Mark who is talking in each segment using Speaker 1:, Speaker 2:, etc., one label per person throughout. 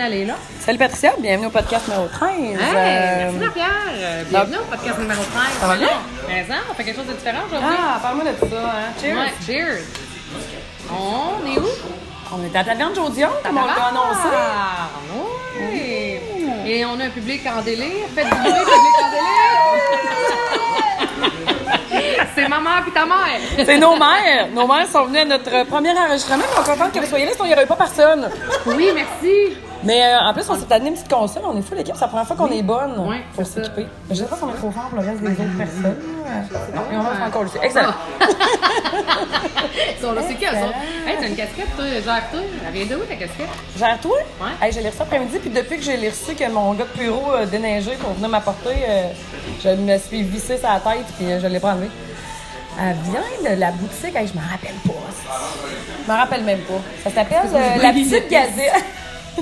Speaker 1: Allez, là.
Speaker 2: Salut Patricia, bienvenue au podcast numéro 13.
Speaker 1: Hey,
Speaker 2: Euh,
Speaker 1: merci Jean-Pierre. Bienvenue au podcast numéro 13.
Speaker 2: Ça va bien?
Speaker 1: Mais non, on fait quelque chose de différent aujourd'hui.
Speaker 2: Ah, parle-moi de tout ça, hein? Cheers!
Speaker 1: Ouais, cheers. On est où?
Speaker 2: On est à Taverne Jodion, comme on l'a annoncé.
Speaker 1: Ah, ouais. Et on a un public en délire. Faites du bruit, public en délire. C'est ma mère puis ta mère.
Speaker 2: C'est nos mères. Nos mères sont venues à notre premier enregistrement, mais on est contente que vous soyez là, sinon il n'y aurait pas personne.
Speaker 1: Oui, merci.
Speaker 2: Mais euh, en plus, on s'est amené une petite console, on est full l'équipe, c'est la première fois qu'on est bonne.
Speaker 1: Ouais,
Speaker 2: Faut
Speaker 1: c'est ça. Ben,
Speaker 2: s'équiper. Je sais pas si on est trop fort pour le reste des autres personnes. Non, mais on va faire encore le Excellent.
Speaker 1: Ils sont là, c'est qui, eux autres? Hey, t'as une casquette, toi, Jacques, toi? Elle vient de où, ta casquette?
Speaker 2: Gère toi?
Speaker 1: Ouais.
Speaker 2: Hey, je l'ai reçu après-midi, puis depuis que je l'ai reçu, que mon gars de bureau a déneigé pour venir m'apporter, euh, je me suis vissée sa tête, puis euh, je l'ai pas enlevée. Elle vient de la boutique, hey, je me rappelle pas. c'est- Je me rappelle même pas. Ça s'appelle euh, La Petite Gazette.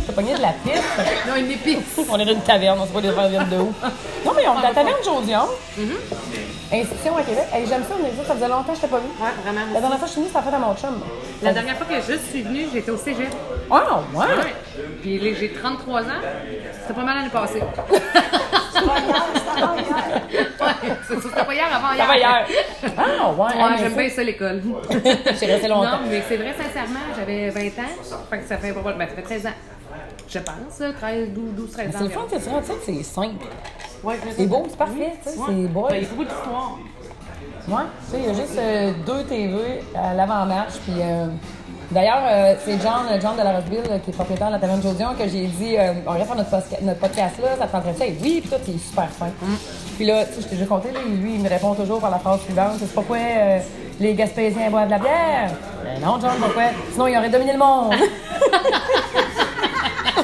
Speaker 2: T'as pogné de la piste?
Speaker 1: Non, une épice.
Speaker 2: On est dans une taverne, on sait pas les gens viennent de où. Non, mais on est à la taverne Jodion. Institution à Québec. Hey, J'aime ça, on est ça faisait longtemps que je t'ai pas vu.
Speaker 1: Ouais, vraiment.
Speaker 2: La dernière fois que je suis venue, c'était la fête à mon chum.
Speaker 1: La dernière fois que je suis venue, j'étais au cégep.
Speaker 2: Ah, ouais!
Speaker 1: Ouais. Puis là, j'ai 33 ans. C'était pas mal l'année passée. Ouais, c'est- C'était pas hier, avant hier.
Speaker 2: Ça va hier. Ah, ouais!
Speaker 1: Ouais,
Speaker 2: hey,
Speaker 1: j'aime
Speaker 2: ça-
Speaker 1: bien ça, l'école.
Speaker 2: J'ai resté longtemps.
Speaker 1: Non, mais c'est vrai, sincèrement, j'avais 20 ans. Fait que ça fait pas mal. Ben, ça fait 13 ans. Je pense, là, 13, 12, 12, 13 ans.
Speaker 2: C'est le fun, c'est ça, tu sais, c'est simple.
Speaker 1: Ouais, je sais.
Speaker 2: C'est beau, c'est parfait, tu sais,
Speaker 1: Ouais.
Speaker 2: c'est beau.
Speaker 1: Ben, Il y a beaucoup d'histoires.
Speaker 2: Ouais, tu sais, il y a juste euh, deux TV à l'avant-marche, puis... euh, D'ailleurs, euh, c'est John, John de la Roseville euh, qui est propriétaire de la taverne Jodion que j'ai dit, euh, on va faire notre, posca- notre podcast là, ça te prendrait ça. Et oui, puis toi, t'es super fin. Puis là, tu sais, je t'ai déjà compté, là, lui, il me répond toujours par la phrase suivante, c'est pourquoi euh, les Gaspésiens boivent de la bière. Ben non, John, pourquoi? Sinon, ils auraient dominé le monde.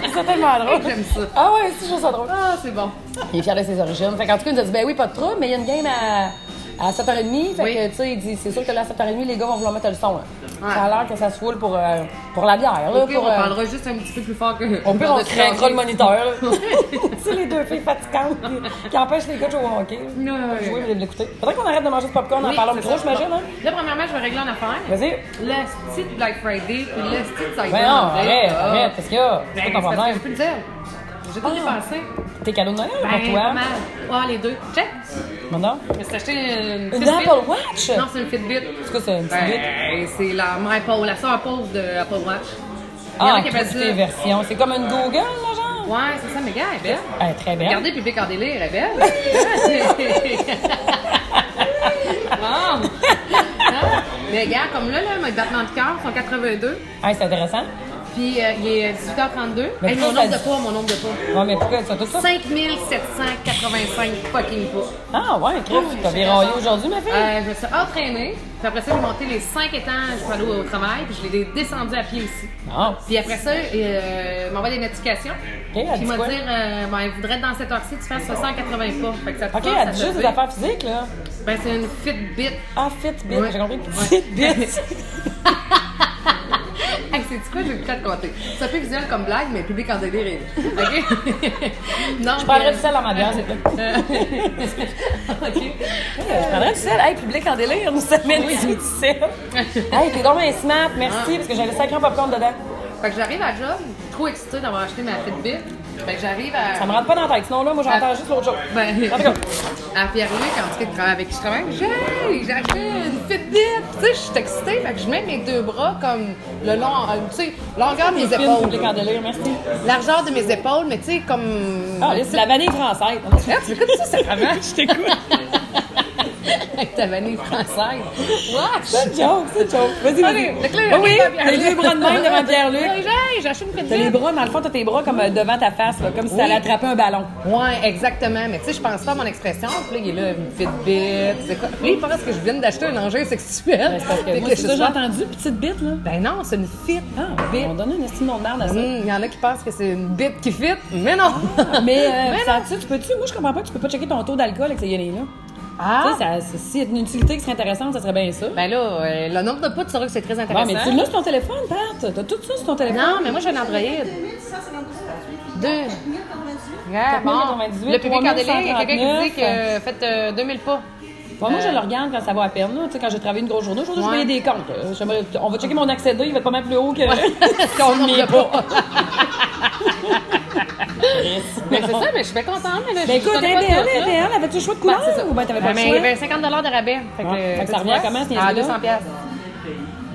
Speaker 2: c'est tellement drôle.
Speaker 1: J'aime ça.
Speaker 2: Ah ouais, c'est juste ça drôle.
Speaker 1: Ah, c'est bon.
Speaker 2: Il est fier de ses origines. Fait qu'en tout cas, il nous a dit, ben oui, pas de trouble, mais il y a une game à, à 7h30. Fait
Speaker 1: Oui.
Speaker 2: que, tu sais, il dit, c'est sûr que là, à 7h30, les gars vont vouloir mettre le son. là.
Speaker 1: Ouais.
Speaker 2: Ça a l'air que ça se foule pour, euh, pour la bière. Là,
Speaker 1: Au pire,
Speaker 2: pour,
Speaker 1: on
Speaker 2: euh,
Speaker 1: parlera juste un petit peu plus fort que.
Speaker 2: au pire, on
Speaker 1: de
Speaker 2: craquera le
Speaker 1: craquer.
Speaker 2: moniteur. là. tu sais, les deux filles fatigantes qui, qui empêchent les gars de jouer au hockey.
Speaker 1: Non, non,
Speaker 2: de
Speaker 1: non.
Speaker 2: jouer et de l'écouter. Faudrait qu'on arrête de manger du popcorn en
Speaker 1: Oui,
Speaker 2: parlant
Speaker 1: c'est
Speaker 2: trop,
Speaker 1: ça, c'est
Speaker 2: j'imagine.
Speaker 1: bon.
Speaker 2: Hein?
Speaker 1: Là, premièrement, je vais régler en affaire.
Speaker 2: Vas-y.
Speaker 1: Le style Black Friday, puis le style Cyber
Speaker 2: Ben non, arrête, arrête, parce que là, c'est
Speaker 1: Ben,
Speaker 2: pas ton
Speaker 1: c'est parce que je
Speaker 2: problème.
Speaker 1: peux le dire. J'ai tout dépensé.
Speaker 2: Tes cadeaux de Noël
Speaker 1: Ben,
Speaker 2: pour toi.
Speaker 1: pas mal. Ah, les deux. Check.
Speaker 2: Maintenant,
Speaker 1: Je me suis acheté une
Speaker 2: une
Speaker 1: Fitbit.
Speaker 2: Apple Watch.
Speaker 1: Non, c'est une Fitbit.
Speaker 2: En tout cas, c'est une petite bite.
Speaker 1: Ben, c'est la mère pauvre, la soeur pauvre de Apple Watch. Il y en
Speaker 2: Ah,
Speaker 1: a qui appellent ça.
Speaker 2: toutes les versions. C'est comme une Google, là, genre.
Speaker 1: Ouais, c'est ça, mais gars, elle est belle.
Speaker 2: Eh, très bien.
Speaker 1: Regardez, public en délire, elle est belle. bon. Hein? Mais gars, comme là, là, mes battements de cœur sont 82.
Speaker 2: Ah, c'est intéressant.
Speaker 1: Puis euh, il est 18h32.
Speaker 2: Mais
Speaker 1: Hey, mon
Speaker 2: pourquoi
Speaker 1: nombre
Speaker 2: ça
Speaker 1: de
Speaker 2: dit-
Speaker 1: pas, mon nombre de pas.
Speaker 2: Ouais, mais pourquoi ça tout ça?
Speaker 1: 5785 fucking pas.
Speaker 2: Ah ouais, crève, tu t'as
Speaker 1: Oh, j'ai
Speaker 2: viraillé
Speaker 1: raison.
Speaker 2: aujourd'hui, ma fille?
Speaker 1: Euh, je me suis entraînée. Puis après ça, j'ai monté les 5 étages pour aller au travail. Puis je l'ai descendu à pied aussi.
Speaker 2: Non.
Speaker 1: Puis après ça, euh, il m'envoie des notifications.
Speaker 2: elle
Speaker 1: puis
Speaker 2: dit
Speaker 1: il m'a
Speaker 2: quoi?
Speaker 1: dit, euh, ben, il voudrait être dans cette heure-ci, tu fasses 180 pas. Fait que ça te
Speaker 2: Ok,
Speaker 1: force
Speaker 2: elle
Speaker 1: à
Speaker 2: dit
Speaker 1: te
Speaker 2: juste des
Speaker 1: lever.
Speaker 2: affaires physiques, là.
Speaker 1: Ben, c'est une Fitbit.
Speaker 2: Ah, Fitbit,
Speaker 1: Ouais.
Speaker 2: j'ai compris.
Speaker 1: Ouais.
Speaker 2: Fitbit.
Speaker 1: Hey, c'est quoi, j'ai le temps de compter. C'est un peu visuel comme blague, mais public en délire. est- OK? non,
Speaker 2: Je prendrais du sel dans ma bière, s'il te plaît.
Speaker 1: OK.
Speaker 2: Je prendrais du sel. Hey, public en délire, nous s'amène ici du sel. Hey, t'es donc bien
Speaker 1: Ah.
Speaker 2: smart, merci, parce que j'avais 5 ans popcorn dedans.
Speaker 1: Fait que j'arrive à job, trop excitée d'avoir acheté ma Fitbit. Fait que j'arrive à...
Speaker 2: Ça me rentre pas dans la tête, sinon là, moi, j'entends
Speaker 1: Ah.
Speaker 2: juste l'autre chose.
Speaker 1: Ben,
Speaker 2: En tout cas,
Speaker 1: à Pierre-Luc, en tout cas, qui travaille avec qui je travaille, j'ai hey, j'ai acheté une Fitbit. Tu sais, je suis excitée, fait que je mets mes deux bras comme le long, euh, tu sais, longueur de mes
Speaker 2: film public
Speaker 1: épaules,
Speaker 2: en délire, merci.
Speaker 1: largeur de mes épaules, mais tu sais, comme.
Speaker 2: Ah, c'est la vanille française.
Speaker 1: Hein, tu écoutes ça, c'est vraiment.
Speaker 2: Je t'écoute.
Speaker 1: Avec ta vanille française. Wesh!
Speaker 2: C'est une joke, c'est une joke. Vas-y, vas-y.
Speaker 1: Fait que là,
Speaker 2: Ah Oui,
Speaker 1: j'arrive à
Speaker 2: t'as les deux bras de même devant Pierre-Luc.
Speaker 1: Hey, j'ai acheté une
Speaker 2: T'as les
Speaker 1: Fitbit.
Speaker 2: bras, dans le fond, t'as tes bras comme euh, devant ta face, là, comme si t'allais attraper un ballon.
Speaker 1: Ouais, exactement. Mais tu sais, je pense pas à mon expression. Puis là, il est là, une Fitbit. C'est quoi? Puis là, il pense que je viens d'acheter un enjeu sexuel.
Speaker 2: Parce que
Speaker 1: Fait
Speaker 2: moi,
Speaker 1: que
Speaker 2: c'est
Speaker 1: je
Speaker 2: ça,
Speaker 1: suis
Speaker 2: j'ai entendu, petite bite, là.
Speaker 1: Ben non, c'est une fit.
Speaker 2: Ah,
Speaker 1: bite.
Speaker 2: on donnait une estime de merde à ça.
Speaker 1: Il y en a qui pensent que c'est une bite qui fit, mais non.
Speaker 2: Mais, euh,
Speaker 1: Mais
Speaker 2: ça, tu tu peux-tu, moi, je comprends pas, que tu peux pas checker ton taux d'alcool avec ces yélis-là.
Speaker 1: ah,
Speaker 2: Tu sais, ça- c'est- s'il y a une utilité qui serait intéressante, ça serait bien ça.
Speaker 1: ben là, euh, le nombre de pas, tu sauras que c'est très
Speaker 2: Non,
Speaker 1: intéressant.
Speaker 2: mais tu l'as sur ton téléphone, Pat. T'as tout ça sur ton téléphone.
Speaker 1: Non, mais moi, j'ai un Android. Deux. Ah, bon.
Speaker 2: 4098,
Speaker 1: Le public en délire, il y a quelqu'un qui dit
Speaker 2: 3999.
Speaker 1: que faites euh, 2000 pas.
Speaker 2: Bon, moi, je le regarde quand ça va à peine, là. Tu sais, quand j'ai travaillé une grosse journée, aujourd'hui,
Speaker 1: Ouais.
Speaker 2: je payais des comptes. Euh, j'aimerais- On va checker mon accès 2, il va être pas mal plus haut que.
Speaker 1: Qu'on
Speaker 2: Qu'on
Speaker 1: n'en
Speaker 2: n'y est
Speaker 1: regarde
Speaker 2: pas.
Speaker 1: Mais c'est ça, mais je suis bien contente. Mais là,
Speaker 3: Ben
Speaker 1: je- je
Speaker 3: écoute,
Speaker 2: hein,
Speaker 1: connais pas
Speaker 3: NDL,
Speaker 1: ça.
Speaker 3: NDL, avais-tu le choix de couleur
Speaker 1: Ben, c'est ça.
Speaker 3: ou ben t'avais pas
Speaker 1: Ben, mais
Speaker 3: le
Speaker 1: il y
Speaker 3: choix?
Speaker 1: avait 50 de rabais. Fait que,
Speaker 3: Ah, fait que ça
Speaker 1: tu
Speaker 3: revient
Speaker 1: vois,
Speaker 3: à comment, ce
Speaker 1: À
Speaker 3: niaiserie-là?
Speaker 1: 200 piastres.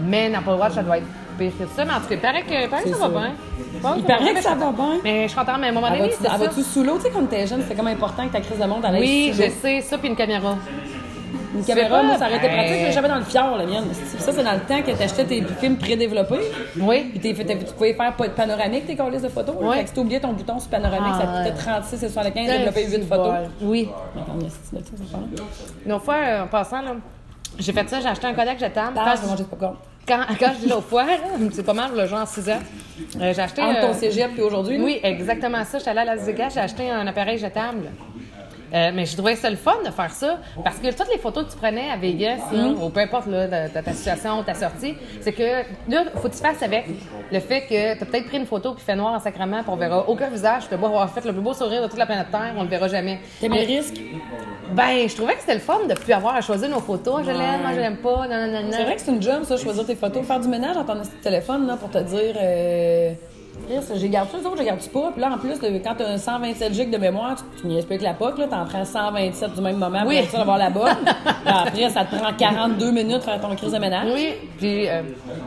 Speaker 1: Mais Apple Watch, ça doit être pire que ça. Mais en tout cas, il paraît que, paraît que ça va bien. Bon,
Speaker 3: Il
Speaker 1: ça
Speaker 3: paraît que
Speaker 1: mais
Speaker 3: ça
Speaker 1: je-
Speaker 3: va bien.
Speaker 1: Mais je suis contente, mais à un moment
Speaker 2: Elle
Speaker 1: donné,
Speaker 2: va-tu-
Speaker 1: c'est ça.
Speaker 2: elle va-tu sous l'eau? Tu sais, quand t'es jeune, c'était comme important que ta crise de monde allait
Speaker 1: Oui,
Speaker 2: sous
Speaker 1: je
Speaker 2: l'eau.
Speaker 1: sais, ça puis une caméra.
Speaker 2: Une caméra,
Speaker 1: pas,
Speaker 2: moi, ça aurait été
Speaker 1: ben-
Speaker 2: pratique. Je jamais dans le fjord, la mienne. Puis Ça, c'est dans le temps que t'achetais tes films prédéveloppés. Puis
Speaker 1: Oui.
Speaker 2: t'es- t'es- tu pouvais faire pa- panoramique tes colis de photos. là.
Speaker 1: Ouais.
Speaker 2: Fait que si t'oubliais ton bouton sur panoramique, ça
Speaker 1: Ah,
Speaker 2: coûtait
Speaker 1: ouais.
Speaker 2: 36 et 75, développer 8 photos.
Speaker 1: Oui.
Speaker 2: Mais on est stylé, tu sais, c'est pas mal.
Speaker 1: Une autre fois, euh, en passant, là, j'ai fait ça, j'ai acheté un Kodak jetable.
Speaker 2: Ah, je vais
Speaker 1: quand,
Speaker 2: manger du popcorn.
Speaker 1: quand, quand je dis l'autre fois, là, c'est pas mal, le genre 6 ans, euh, j'ai acheté...
Speaker 2: Entre
Speaker 1: euh,
Speaker 2: ton cégep puis aujourd'hui. là.
Speaker 1: Oui, exactement ça. J'étais allée à Las Vegas, j'ai acheté un appareil jetable. Euh, mais je trouvais ça le fun de faire ça parce que toutes les photos que tu prenais à Vegas, là,
Speaker 2: Mhm.
Speaker 1: ou peu importe là, de- de ta situation, ta sortie, c'est que là, faut que tu fasses avec le fait que tu as peut-être pris une photo qui fait noir en sacrament, puis on verra aucun visage, tu peux pas avoir fait le plus beau sourire de toute la planète Terre, on le verra jamais.
Speaker 2: T'aimais le risque.
Speaker 1: Ben, je trouvais que c'était le fun de plus avoir à choisir nos photos. Je l'aime, moi je l'aime pas. Non, non, non, non.
Speaker 2: C'est vrai que c'est une job, ça, choisir tes photos, faire du ménage dans ton esti de téléphone, là, pour te dire. Euh... Chris, J'ai gardé ça, les autres, je les garde pas. Puis là, en plus, de- quand t'as un 127 gigs de mémoire, tu, tu niaises pas avec la POC, là, t'en prends 127 du même moment
Speaker 1: Oui.
Speaker 2: pour être sûr d'avoir la bonne. Puis après, ça te prend 42 minutes faire ton crise de ménage.
Speaker 1: Oui, puis euh,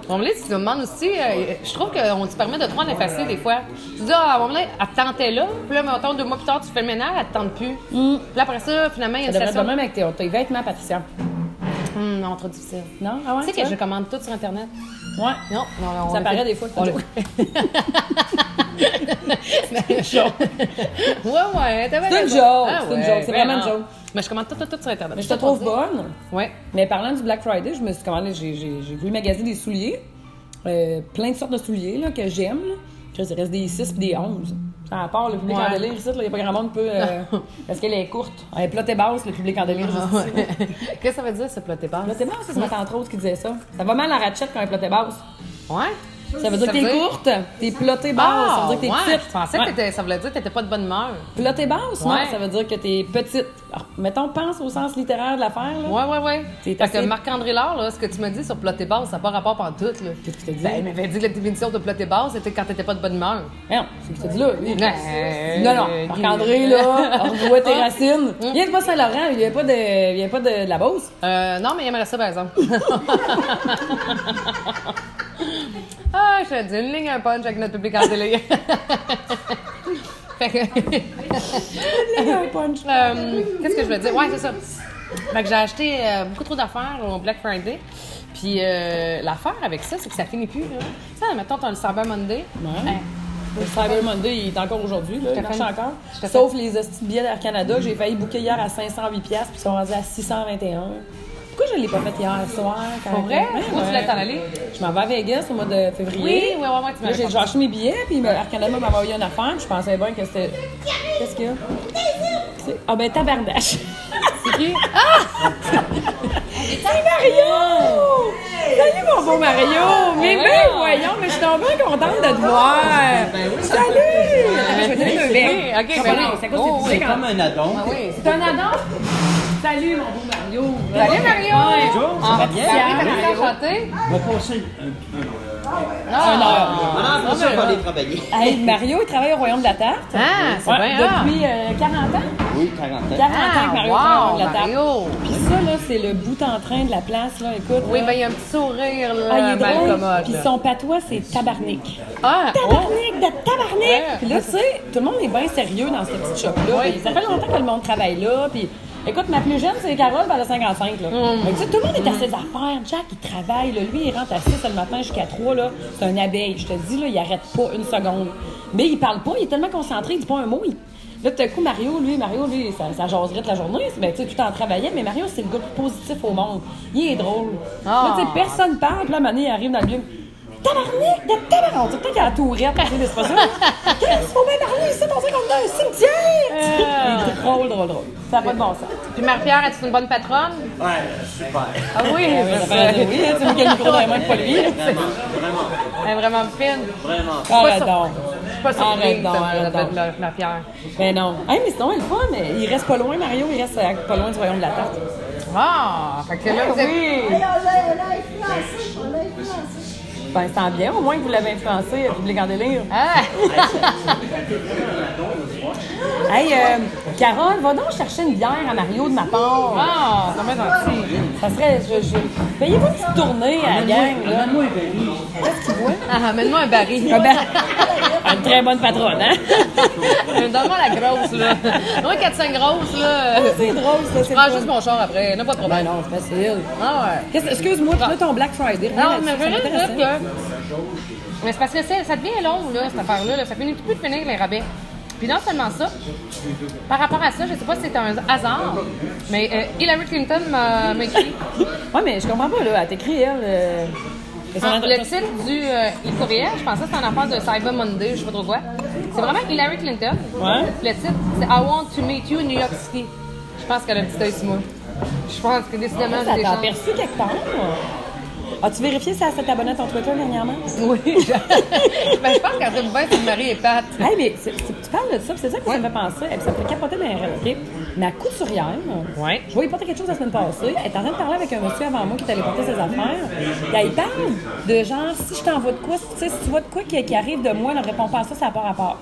Speaker 1: on me laisse, tu me demandes aussi, euh, je trouve qu'on te permet de trop en effacer des fois. Tu dis, ah, on me laisse, elle te tentait là, puis là, mettons, deux mois plus tard, tu fais le ménage, elle te tente plus. Puis là, après ça, finalement, il y a
Speaker 2: Mm. Ça
Speaker 1: une
Speaker 2: devrait être de
Speaker 1: station.
Speaker 2: même avec tes, tes vêtements, Patricia.
Speaker 1: Hum, non, trop difficile.
Speaker 2: Non? Ah ouais?
Speaker 1: Tu sais que
Speaker 2: ça?
Speaker 1: je commande tout sur Internet?
Speaker 2: Ouais.
Speaker 1: Non, non, non. on
Speaker 2: Ça
Speaker 1: le
Speaker 2: paraît
Speaker 1: fait-
Speaker 2: des fois, c'est
Speaker 1: on
Speaker 2: une
Speaker 1: le
Speaker 2: joke.
Speaker 1: fait. ouais, ouais, t'avais
Speaker 2: C'est une
Speaker 1: raison.
Speaker 2: joke,
Speaker 1: Ah
Speaker 2: c'est une
Speaker 1: ouais,
Speaker 2: joke, c'est
Speaker 1: ben
Speaker 2: vraiment
Speaker 1: non.
Speaker 2: une joke.
Speaker 1: Mais je commande tout, tout, tout sur Internet.
Speaker 2: Mais je te trouve bonne.
Speaker 1: Ouais.
Speaker 2: Mais parlant du Black Friday, je me suis commandé, j'ai, j'ai, j'ai voulu magasiner des souliers. Euh, plein de sortes de souliers là, que j'aime. Là. Puis il reste des 6 puis des 11. À part le public
Speaker 1: Ouais.
Speaker 2: en délire ici, il n'y a pas grand monde qui peut. euh, parce qu'elle est courte. Elle est plate et basse, le public en délire. juste ici.
Speaker 1: Ah, Qu'est-ce que ça veut dire, ce plat épargne?
Speaker 2: Plate et basse, c'est ma tante Rose qui disait ça. Ça va mal à la ratchette quand elle est plate et basse.
Speaker 1: Ouais.
Speaker 2: Ça veut dire que t'es courte, t'es plate et basse. ça veut dire que t'es
Speaker 1: Ah, ouais. Je
Speaker 2: petite.
Speaker 1: pensais
Speaker 2: Ouais.
Speaker 1: que t'étais- ça voulait dire que t'étais pas de bonne humeur.
Speaker 2: Plate et basse, non,
Speaker 1: Ouais.
Speaker 2: ça veut dire que t'es petite. Alors, mettons, pense au sens littéraire de l'affaire. Là.
Speaker 1: Ouais, ouais, ouais.
Speaker 2: T'es
Speaker 1: Parce
Speaker 2: assez-
Speaker 1: que Marc-André Laure, là, ce que tu me dis sur ploté base, ça n'a pas rapport pantoute. là.
Speaker 2: Qu'est-ce qu'il t'a dit?
Speaker 1: Ben, il m'avait dit que la définition de ploté base, c'était quand t'étais pas de bonne humeur.
Speaker 2: Non, c'est ce que tu dis
Speaker 1: Euh,
Speaker 2: là. lui.
Speaker 1: Ouais.
Speaker 2: Non, non. Marc-André, là,
Speaker 1: Ah.
Speaker 2: revois tes racines.
Speaker 1: Hein?
Speaker 2: Il vient de pas Saint-Laurent, il vient pas de, il vient pas de, de la Beauce.
Speaker 1: Euh, non, mais il aimerait ça, par exemple. ah, je te dis, une ligne, un punch avec notre public en télé. fait que... Euh, Qu'est-ce que je veux dire? Ouais, c'est ça. Fait que j'ai acheté euh, beaucoup trop d'affaires au Black Friday. Puis euh, l'affaire avec ça, c'est que ça finit plus. Là. Ça, mettons, t'as le Cyber Monday. Hein?
Speaker 2: Ouais. Le Cyber Monday, il est encore aujourd'hui, là.
Speaker 1: te
Speaker 2: Il marche
Speaker 1: fais une-
Speaker 2: encore.
Speaker 1: je te fais-
Speaker 2: Sauf les hosties de billets d'Air Canada que j'ai failli booker hier à 508$, puis ils sont rendus à 621. Pourquoi je ne l'ai pas fait hier soir? Quand
Speaker 1: Pour vrai?
Speaker 2: Ouais,
Speaker 1: Où tu
Speaker 2: ouais.
Speaker 1: voulais t'en aller?
Speaker 2: Je m'en vais à Vegas au mois de février.
Speaker 1: Oui, oui, ouais, ouais, tu
Speaker 2: Là,
Speaker 1: m'avais
Speaker 2: j'ai
Speaker 1: parlé.
Speaker 2: j'ai acheté mes billets, puis Air Canada m'a envoyé une affaire, puis je pensais bien que c'était. Qu'est-ce qu'il y a? C'est- Ah, ben, tabarnache!
Speaker 1: C'est qui?
Speaker 2: Salut Mario! Salut mon beau Mario! Mais
Speaker 1: Ouais.
Speaker 2: ben voyons, mais je suis donc bien contente de te voir!
Speaker 1: Ben
Speaker 2: Salut! Attends, je vais te donner un verre.
Speaker 1: Oui, ok,
Speaker 2: Ah, ben
Speaker 1: ben
Speaker 2: non,
Speaker 1: oui.
Speaker 2: c'est quoi cette
Speaker 1: Oh, oui.
Speaker 2: musique, hein?
Speaker 4: Comme un addon.
Speaker 1: Ah oui.
Speaker 2: C'est un addon? Salut mon beau Mario!
Speaker 1: Salut Mario!
Speaker 4: Bonjour, ça va bien?
Speaker 1: Salut, t'as bien chanté?
Speaker 4: On va passer un- un heure.
Speaker 1: Ah,
Speaker 4: Ah, après ça, on va aller travailler.
Speaker 2: Hey, Mario, il travaille au Royaume de la Tarte.
Speaker 1: ah c'est
Speaker 2: Ouais,
Speaker 1: bien hein?
Speaker 2: depuis euh, 40 ans.
Speaker 4: Oui, 40 ans.
Speaker 2: 40 ans que
Speaker 1: Ah,
Speaker 2: Mario travaille au
Speaker 1: wow,
Speaker 2: Royaume de la Tarte.
Speaker 1: Mario!
Speaker 2: Puis ça, là, c'est le bout en train de la place, là, écoute. euh,
Speaker 1: Oui,
Speaker 2: là.
Speaker 1: ben il y a un petit sourire, là,
Speaker 2: Ah, il est
Speaker 1: mal
Speaker 2: drôle.
Speaker 1: commode,
Speaker 2: Puis
Speaker 1: Euh, là.
Speaker 2: son patois, c'est tabarnak.
Speaker 1: Ah, oh.
Speaker 2: Tabarnak, de tabarnak!
Speaker 1: Ouais.
Speaker 2: Puis là, tu sais, tout le monde est bien sérieux dans cette petite shop-là.
Speaker 1: Ouais.
Speaker 2: Puis Ça fait longtemps que le monde travaille là. Puis, écoute, ma plus jeune, c'est Carole, puis elle a 55. Là.
Speaker 1: Mm.
Speaker 2: Fait que, tu sais, tout le monde est à ses affaires. Jack, il travaille. Là. Lui, il rentre à 6 le matin jusqu'à 3. là. C'est un abeille. Je te dis, là, il arrête pas une seconde. Mais il parle pas. Il est tellement concentré, il dit pas un mot. Il- Là, tout à coup, Mario, lui, Mario, lui, ça, ça jaserait toute la journée. Ben, tu sais, tout en travaillant, mais Mario, c'est le gars le plus positif au monde. Il est drôle. Là, tu sais,
Speaker 1: Ah.
Speaker 2: personne parle, puis là, à un moment donné, il arrive dans le milieu. Tabarnak, de tabarnak! On dit tout le temps qu'il y a la tourette, tu sais, mais c'est pas ça. Qu'est-ce qu'il faut bien parler ici? On dirait qu'on est dans un cimetière!
Speaker 1: Euh.
Speaker 2: Il est drôle, drôle, drôle. Ça n'a pas de bon sens.
Speaker 1: Puis Marie-Pierre, es-tu une bonne patronne?
Speaker 4: Ouais, super.
Speaker 1: Ah oui,
Speaker 2: Ça
Speaker 1: c'est
Speaker 2: fait
Speaker 1: ça.
Speaker 2: dire, oui, hein, tu vois qu'il y a le micro dans les mains de pas lui.
Speaker 4: Vraiment, vraiment,
Speaker 1: Elle est vraiment fine.
Speaker 4: vraiment.
Speaker 1: pas
Speaker 2: Arrête
Speaker 1: sur-
Speaker 2: donc.
Speaker 1: Je suis pas surprise
Speaker 2: Arrête donc,
Speaker 1: de-
Speaker 2: arrête
Speaker 1: de-
Speaker 2: donc.
Speaker 1: de la- de la pierre.
Speaker 2: Mais Ben non. Hey, mais sinon, elle est fun. Il reste pas loin, Mario. Il reste euh, pas loin du royaume de la tarte.
Speaker 1: Ah, fait que là, vous êtes...
Speaker 2: Oui!
Speaker 5: Alors, on a influencé, on a influencé.
Speaker 2: Ben, ça sent bien, au moins que vous l'avez influencé, euh, Public en délire.
Speaker 1: Ah!
Speaker 2: Hey, euh, Carole, va donc chercher une bière à Mario de ma part.
Speaker 1: Ah, ça m'a gentil.
Speaker 2: Ça serait. Je, je... Payez-vous une petite tournée à la gang, là.
Speaker 1: Ah, amène-moi un baril.
Speaker 2: Ah ben, une très bonne patronne, hein?
Speaker 1: Euh, Donne-moi la grosse, là. Moi, 4-5 grosses, là.
Speaker 2: c'est drôle, ça,
Speaker 1: Je
Speaker 2: c'est
Speaker 1: prends
Speaker 2: drôle.
Speaker 1: juste mon char après, n'a pas de problème.
Speaker 2: Non, c'est facile.
Speaker 1: Ah ouais.
Speaker 2: Qu'est-ce- Excuse-moi, tu veux ton Black Friday. rien
Speaker 1: Non,
Speaker 2: là-dessus,
Speaker 1: mais je
Speaker 2: ça
Speaker 1: veux juste dire
Speaker 2: m'intéresse, hein?
Speaker 1: que. Mais c'est parce que c'est- ça devient long, là, cette affaire-là. là. Ça finit plus de finir les rabais. Puis non seulement ça, par rapport à ça, je sais pas si c'est un hasard, mais euh, Hillary Clinton m'a m'a écrit.
Speaker 2: Ouais, mais je comprends pas, là. Elle t'écrit, elle. euh, que son
Speaker 1: Ah,
Speaker 2: entre-
Speaker 1: le titre du euh, e- courriel, je pensais que c'était en affaire de Cyber Monday, je sais pas trop quoi. C'est vraiment Hillary Clinton.
Speaker 2: Ouais.
Speaker 1: Le titre, c'est I want to meet you in New York City. Je pense qu'elle a un petit œil sur moi. Je pense que décidément,
Speaker 2: Ah, Ça
Speaker 1: j'ai des
Speaker 2: t'a
Speaker 1: gens.
Speaker 2: aperçu quelque part? As-tu vérifié si elle s'est abonnée à ton Twitter dernièrement?
Speaker 1: Oui. ben, je pense qu'après Boubin, c'est Marie et Pat.
Speaker 2: Hey, mais c'est- c'est- tu parles de ça, puis c'est ça que ça me fait penser. Elle- Ça me fait capoter dans les rêves, OK? Ma couturière,
Speaker 1: Ouais.
Speaker 2: je voyais porter quelque chose la semaine passée. Elle est en train de parler avec un monsieur avant moi qui est allé porter ses affaires. Puis elle parle de genre, si je t'envoie de quoi, si, tu sais, si tu vois de quoi qui, qui arrive de moi, ne réponds pas à ça, ça n'a pas rapport.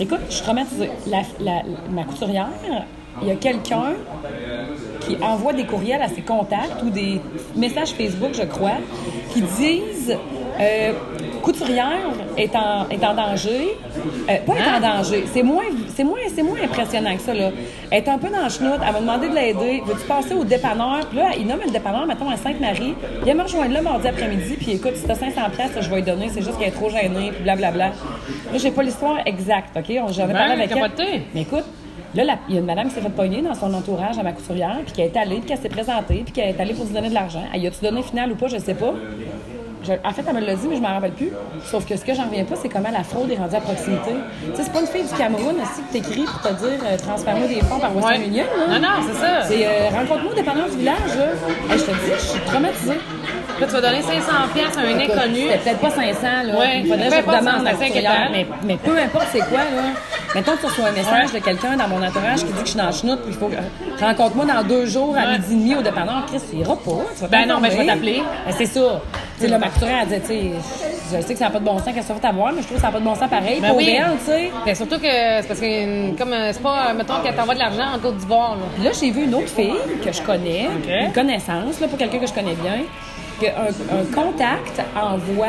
Speaker 2: Écoute, je suis traumatisée. La, la- ma couturière, il y a quelqu'un qui envoie des courriels à ses contacts ou des messages Facebook, je crois, qui disent euh, couturière est en, est en danger. Euh, pas est en danger, c'est moins, c'est moins, c'est moins impressionnant que ça. Là. Elle est un peu dans le chenoute, elle m'a demandé de l'aider. Veux-tu passer au dépanneur? Puis là, il nomme le dépanneur, mettons, à Sainte-Marie. Viens me rejoindre là mardi après-midi, puis écoute, si t'as 500 pièces, je vais lui donner, c'est juste qu'elle est trop gênée, puis blablabla. Là, j'ai pas l'histoire exacte, OK? On- J'avais
Speaker 1: Ben,
Speaker 2: parlé avec elle.
Speaker 1: capotée.
Speaker 2: Mais écoute, là, la- il y a une madame qui s'est fait pogner dans son entourage à ma couturière, puis qui est allée, puis qui s'est présentée, puis qui est allée pour lui donner de l'argent. Elle y a-tu donné final ou pas, je sais pas. Je- en fait, elle me l'a dit, mais je m'en rappelle plus. Sauf que ce que j'en reviens pas, c'est comment la fraude est rendue à proximité. Tu sais, c'est pas une fille du Cameroun aussi que t'écris pour te dire euh, transfère-moi des fonds par Western Union.
Speaker 1: Non,
Speaker 2: là.
Speaker 1: non, c'est ça.
Speaker 2: C'est euh, rencontre-moi au dépanneur du village. Là. Hey, je te dis, je suis traumatisée.
Speaker 1: Là, tu vas donner 500 pièces à un inconnu.
Speaker 2: C'était peut-être pas 500, là.
Speaker 1: Ouais,
Speaker 2: Il faudrait que
Speaker 1: peu
Speaker 2: je
Speaker 1: importe,
Speaker 2: demande
Speaker 1: c'est
Speaker 2: à
Speaker 1: assez
Speaker 2: couturière,
Speaker 1: inquiétant.
Speaker 2: Mais, mais peu importe c'est quoi, là. Mettons que tu reçois un message de quelqu'un dans mon entourage qui dit que je suis dans le chenoute, puis il faut que- rencontre-moi dans deux jours à
Speaker 1: Ouais.
Speaker 2: midi et demi au dépanneur. Chris, tu iras pas. Tu vas pas
Speaker 1: Ben non,
Speaker 2: m'informer.
Speaker 1: ben je vais t'appeler.
Speaker 2: Ben, c'est sûr. Tu sais, là, ma couturière, elle dit, tu sais, je sais que ça n'a pas de bon sens qu'elle soit faite avoir, mais je trouve que ça n'a pas de bon sens pareil
Speaker 1: Ben
Speaker 2: pour
Speaker 1: oui.
Speaker 2: elle, tu sais.
Speaker 1: Ben, surtout que c'est parce que comme euh, c'est pas euh, mettons qu'elle t'envoie de l'argent en Côte d'Ivoire là.
Speaker 2: Puis là, j'ai vu une autre fille que je connais, une connaissance, là, pour quelqu'un que je connais bien, qu'un un contact envoie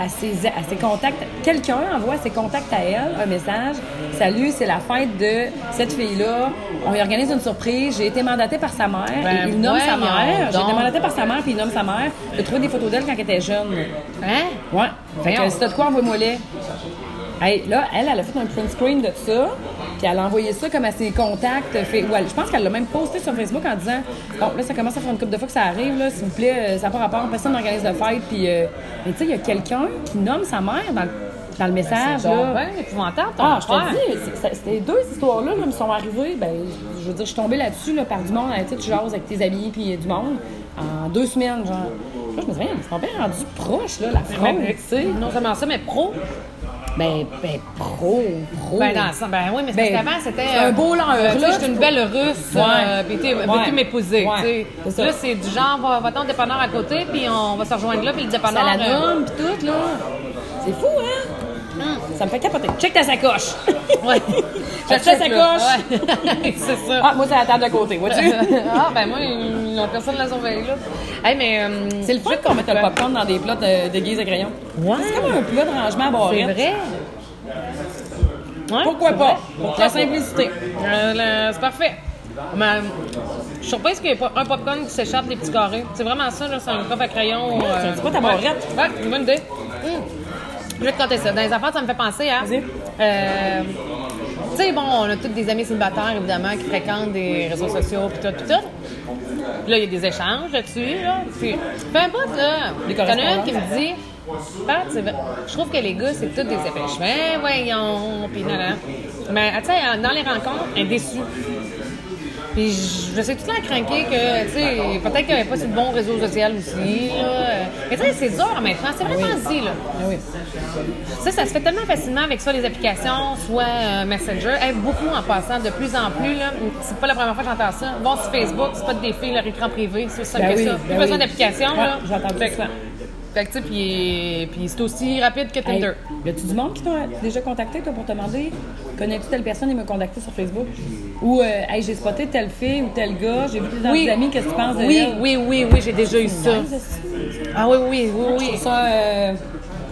Speaker 2: à ses, à ses contacts, quelqu'un envoie à ses contacts à elle un message Salut, c'est la fête de cette fille-là, on lui organise une surprise, j'ai été mandatée par sa mère,
Speaker 1: Ben,
Speaker 2: Et il nomme sa mère,
Speaker 1: voyons
Speaker 2: j'ai été
Speaker 1: donc.
Speaker 2: mandatée par sa mère, puis il nomme sa mère, de trouver des photos d'elle quand elle était jeune.
Speaker 1: Hein?
Speaker 2: Ouais. Fait que
Speaker 1: Voyons.
Speaker 2: si t'as de quoi, envoie-moi les. Hey, là, elle, elle a fait un print screen de ça, puis elle a envoyé ça comme à ses contacts. euh, Fait, ou elle- je pense qu'elle l'a même posté sur Facebook en disant Bon, là, ça commence à faire une couple de fois que ça arrive, là, s'il vous plaît, euh, ça n'a pas rapport, personne n'organise de fête, puis. euh, mais tu sais, il y a quelqu'un qui nomme sa mère dans, le- dans le message, là.
Speaker 1: Donc, ben, épouvantable ton
Speaker 2: Ah, je
Speaker 1: affaire.
Speaker 2: te dis, c'est- ça- ces deux histoires-là là, me sont arrivées. Ben, je veux dire, je suis tombée là-dessus là, par du monde. hein, Tu sais, tu jases avec tes amis puis euh, du monde en deux semaines, genre. Là, je me dis, Voyons, c'est bien rendu proche, là, la
Speaker 1: Ben,
Speaker 2: fraude.
Speaker 1: tu sais, non seulement ça, mais pro.
Speaker 2: Ben, ben, pro, pro.
Speaker 1: Ben, dans le sens- ben oui, mais c'est
Speaker 2: Ben,
Speaker 1: parce qu'avant, c'était.
Speaker 2: c'est un beau leurre,
Speaker 1: euh, tu sais,
Speaker 2: là,
Speaker 1: J'étais une
Speaker 2: tu-
Speaker 1: belle russe,
Speaker 2: Ouais.
Speaker 1: euh, puis tu
Speaker 2: Ouais.
Speaker 1: veux m'épouser.
Speaker 2: Ouais.
Speaker 1: tu sais.
Speaker 2: C'est ça.
Speaker 1: Là, c'est du genre, va- va-t'en au dépanneur à côté, puis on va se rejoindre là, puis le
Speaker 2: Ça
Speaker 1: dépanneur.
Speaker 2: la
Speaker 1: euh,
Speaker 2: nomme pis tout, là. C'est fou, hein? Ça me fait capoter. Check ta sacoche.
Speaker 1: Hmm. Ouais.
Speaker 2: Check ta sacoche.
Speaker 1: Ouais. c'est ça.
Speaker 2: Ah, moi, c'est la table de côté, vois-tu?
Speaker 1: ah, ben moi, ils n'ont personne de la surveille, là. Hey, mais. euh,
Speaker 2: C'est le fun qu'on mette le popcorn dans des plats de, de guise à crayon.
Speaker 1: Ouais.
Speaker 2: C'est comme un plat de rangement à
Speaker 1: C'est
Speaker 2: barrette.
Speaker 1: vrai. Ouais,
Speaker 2: Pourquoi
Speaker 1: c'est
Speaker 2: pas?
Speaker 1: vrai.
Speaker 2: Pour la simplicité.
Speaker 1: Euh, le- c'est parfait. Mais, euh, je suis surprise qu'il n'y ait pas un popcorn qui s'échappe des petits carrés. C'est vraiment ça, là, c'est un coffre à crayon. euh,
Speaker 2: c'est pas ta barrette.
Speaker 1: Ouais, ouais, c'est une bonne idée. Hum. Je vais te compter ça. Dans les affaires, ça me fait penser à.
Speaker 2: Vas-y.
Speaker 1: Euh, tu sais, bon, on a tous des amis célibataires, évidemment, qui fréquentent des réseaux sociaux, puis tout, puis tout. Puis là, il y a des échanges là-dessus, là. Puis, peu importe, là.
Speaker 2: Des
Speaker 1: T'en as une
Speaker 2: correspondances.
Speaker 1: qui me dit, Pat, c'est vrai. je trouve que les gars, c'est tous des épêches. Mais voyons, puis non, non. Mais, tu sais, dans les rencontres, elle est déçue. Puis je- je sais tout le temps craquer que, tu sais, peut-être qu'il n'y avait pas si de bon réseau social aussi, là. Mais tu sais, c'est dur maintenant, c'est vraiment dit, là.
Speaker 2: Ah oui.
Speaker 1: Ça, ça se fait tellement facilement avec soit les applications, soit euh, Messenger. Hey, beaucoup en passant, de plus en plus. là. C'est pas la première fois que j'entends ça. Bon, sur Facebook, c'est pas des filles, leur écran privé, c'est aussi simple
Speaker 2: Ben
Speaker 1: que
Speaker 2: oui,
Speaker 1: ça.
Speaker 2: ben
Speaker 1: Plus besoin
Speaker 2: oui.
Speaker 1: d'application.
Speaker 2: Ouais,
Speaker 1: là.
Speaker 2: j'entends
Speaker 1: Fait
Speaker 2: ça.
Speaker 1: que- Fait que, tu sais, puis puis c'est aussi rapide que Tinder.
Speaker 2: y a-tu du monde qui t'a déjà contacté, toi, pour te demander connais-tu telle personne et me contacter sur Facebook Ou, euh, hey, j'ai spoté telle fille ou tel gars, j'ai vu tes
Speaker 1: Oui.
Speaker 2: amis, qu'est-ce que tu penses de
Speaker 1: Oui,
Speaker 2: elle?
Speaker 1: oui, oui, oui, j'ai déjà eu ça.
Speaker 2: Nice, est-ce que-
Speaker 1: Ah oui, oui, oui,
Speaker 2: Je
Speaker 1: oui.
Speaker 2: trouve ça euh,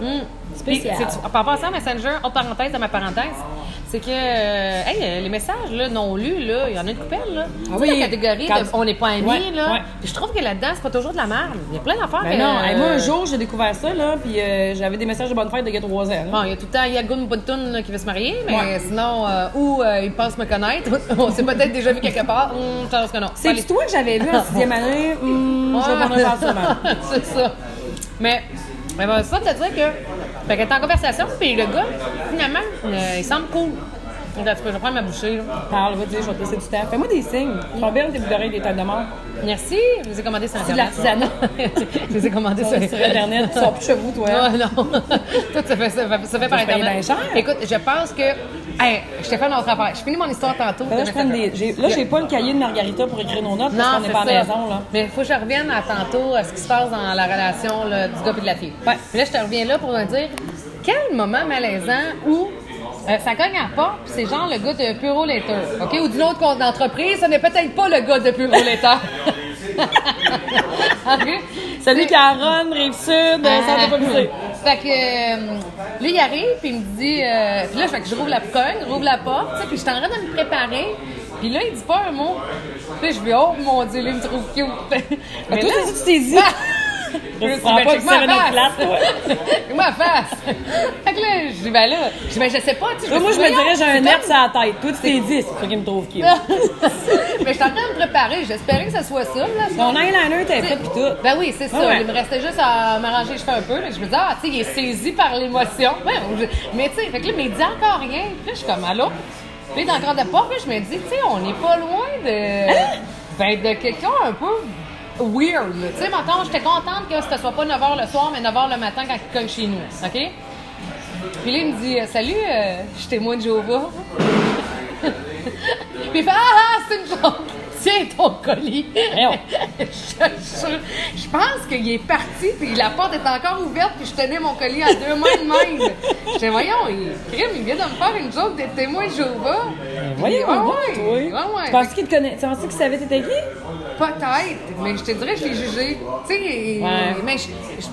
Speaker 1: hmm. Puis,
Speaker 2: spécial.
Speaker 1: c'est- Par rapport à ça, Messenger, en parenthèse de ma parenthèse, c'est que euh, hey, euh, les messages là, non lus, là, il y en a une coupelle. Là. Tu sais,
Speaker 2: oui.
Speaker 1: la catégorie
Speaker 2: Quand-
Speaker 1: de on n'est pas amis.
Speaker 2: Ouais,
Speaker 1: là.
Speaker 2: ouais.
Speaker 1: Puis je trouve que là-dedans, c'est pas toujours de la merde. Il y a plein d'affaires.
Speaker 2: Ben
Speaker 1: que-
Speaker 2: non, hey, moi, un jour, j'ai découvert ça, là, puis euh, j'avais des messages de bonne fête de gars de 3 ans. là.
Speaker 1: euh, Bon, il y a tout le temps Yagoun Boutoun là, qui veut se marier, mais
Speaker 2: Ouais.
Speaker 1: sinon, euh, ou euh, il pense me connaître. on s'est peut-être déjà vu quelque part. Hum, je pense que non.
Speaker 2: C'est
Speaker 1: Allez.
Speaker 2: toi que j'avais vu en sixième année. Hmm,
Speaker 1: Ouais.
Speaker 2: Je reviendrai vers ça, maman.
Speaker 1: C'est ça. Mais, mais ben, ça, te dire que. Fait qu'elle est en conversation, puis le gars, finalement, euh, il semble cool. Attends, tu peux, je vais prendre ma bouchée. là.
Speaker 2: Parle, va dire, je vais te laisser du temps. Fais-moi des signes. Sont belles tes boucles d'oreilles des tables de mort.
Speaker 1: Merci, je les ai commandés sur
Speaker 2: C'est de
Speaker 1: Internet.
Speaker 2: l'artisanat.
Speaker 1: je les ai commandés
Speaker 2: sur Internet. Tu sors plus chez vous, toi.
Speaker 1: Ah, non. Tout ça fait, ça fait, ça fait par
Speaker 2: se paye bien
Speaker 1: Internet.
Speaker 2: cher.
Speaker 1: Écoute, je pense que. Hey, je t'ai fait une autre affaire. Je finis mon histoire tantôt.
Speaker 2: Là, je
Speaker 1: de
Speaker 2: prends des...
Speaker 1: Messenger.
Speaker 2: j'ai- là, j'ai pas le cahier de Margarita pour écrire nos notes parce
Speaker 1: Non,
Speaker 2: qu'on
Speaker 1: c'est
Speaker 2: n'est pas à
Speaker 1: ça.
Speaker 2: la maison, là.
Speaker 1: Mais il faut que je revienne à tantôt à ce qui se passe dans la relation là, du gars et de la fille.
Speaker 2: Ouais.
Speaker 1: Puis là, je te reviens là pour te dire quel moment malaisant où euh, ça gagne à pas, puis c'est genre le gars de Puro Later, OK? Ou d'une autre compte d'entreprise, ce n'est peut-être pas le gars de Puro Later. OK?
Speaker 2: Salut, Caronne, Rive-Sud, euh, Ben, ça ne pas plus.
Speaker 1: Ah. Fait que euh, là, il arrive, puis il me dit. euh, puis là, fait que je rouvre la cogne, rouvre la porte, tu sais, puis je suis en train de me préparer. Puis là, il dit pas un mot. Puis là, je vais, oh mon dieu, lui, il me trouve cute. Mais
Speaker 2: toi,
Speaker 1: là,
Speaker 2: c'est ça que tu t'es dit.
Speaker 1: Je me suis dit,
Speaker 2: prends
Speaker 1: ben,
Speaker 2: pas que
Speaker 1: check-moi
Speaker 2: c'est
Speaker 1: la
Speaker 2: une
Speaker 1: face.
Speaker 2: plate, toi.
Speaker 1: Check-moi la face. Fait que là, je dis, ben là, je dis, ben, je sais pas, tu sais.
Speaker 2: Toi, moi, je me
Speaker 1: voyons,
Speaker 2: dirais, j'ai
Speaker 1: c'est
Speaker 2: un
Speaker 1: comme-
Speaker 2: herbe sur la tête. Toi, tu t'es dit, c'est ça qui me trouve cute.
Speaker 1: Mais je suis en train de me préparer, j'espérais que ça soit ça, là.
Speaker 2: Mon eyeliner, t'es fait, pis tout.
Speaker 1: Ben oui, c'est ça.
Speaker 2: Ouais, ouais.
Speaker 1: Il me restait juste à m'arranger les cheveux un peu. là. Je me disais, ah, tu sais, il est saisi par l'émotion. Ouais, je- Mais tu sais, fait que là, mais il dit encore rien. Puis là, je suis comme, allô? Puis là, il est encore de pas. Puis là, je me dis, tu sais, on n'est pas loin
Speaker 2: Hein?
Speaker 1: de. Ben, de quelqu'un un peu weird, là. Tu sais, maintenant, j'étais contente que ce soit pas 9 h le soir, mais 9 h le matin quand il cogne chez nous. OK? Puis là, il me dit, euh, salut, euh, je suis témoin de Jéhovah. Puis il fait, ah, ah, c'est une joke. Tiens ton colis.
Speaker 2: Voyons.
Speaker 1: je, je- je pense qu'il est parti, puis la porte est encore ouverte, puis je tenais mon colis à deux mains de même. J'étais, voyons, il, crime, il vient de me faire une joke des témoins de Jéhovah.
Speaker 2: Voyons,
Speaker 1: ah,
Speaker 2: donc,
Speaker 1: ouais,
Speaker 2: toi.
Speaker 1: ouais, ouais.
Speaker 2: Tu pensais qu'il te connaît. Tu pensais qu'il savait t'étais qui?
Speaker 1: Peut-être, mais je te dirais, je l'ai jugé. Tu sais,
Speaker 2: Ouais.
Speaker 1: mais je- je-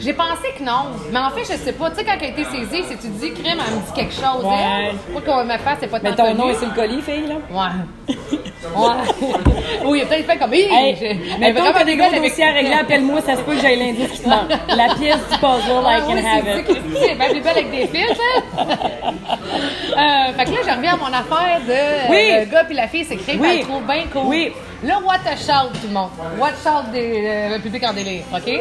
Speaker 1: j'ai pensé que non. Mais en fait, je sais pas. Tu sais, quand elle a été saisie, si tu te dis crime, elle me dit quelque chose.
Speaker 2: Ouais.
Speaker 1: elle. Pas qu'on me fasse, c'est pas
Speaker 2: Mais
Speaker 1: tant
Speaker 2: ton nom
Speaker 1: connu.
Speaker 2: est sur le colis, fille, là.
Speaker 1: Ouais. Ouais. oui, il a peut-être fait comme. Hey,
Speaker 2: Hey, mais quand t'as des gros dossiers à régler, appelle-moi, ça se peut que j'ai l'indice qui te manque. La pièce du puzzle, I can have it.
Speaker 1: Ah C'est bien plus belle avec des fils, hein? Euh, fait que là, je reviens à mon affaire de euh,
Speaker 2: Oui.
Speaker 1: le gars puis la fille s'écrit,
Speaker 2: Oui.
Speaker 1: oui. elle trouve bien cool.
Speaker 2: Oui.
Speaker 1: Là, what a shout, tout le monde. What a shout des, euh, le public en délire, OK?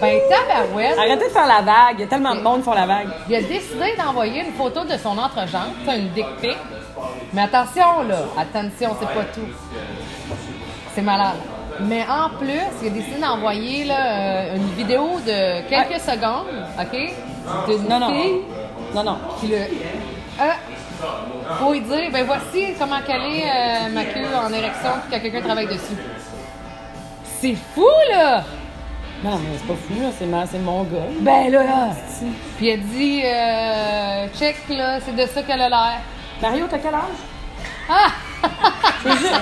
Speaker 1: Ben, tabarouette,
Speaker 2: Arrêtez de faire la vague. Il y a tellement de monde qui font la vague.
Speaker 1: il a décidé d'envoyer une photo de son entrejambe, c'est une dick pic. Mais attention, là, attention, c'est pas tout. C'est malade. Mais en plus, il a décidé d'envoyer là, euh, une vidéo de quelques secondes, OK? D'une
Speaker 2: Non, non.
Speaker 1: fille
Speaker 2: Non, non.
Speaker 1: qui le. Ah! Faut lui dire, ben voici comment caler est euh, ma queue en érection puis que quelqu'un travaille dessus. C'est fou, là!
Speaker 2: Non, mais c'est pas fou, là. C'est ma- c'est mon gars.
Speaker 1: Ben là, là! Puis elle dit, euh, check, là, c'est de ça qu'elle a l'air.
Speaker 2: Mario, t'as quel âge?
Speaker 1: Ah!
Speaker 2: Je veux juste-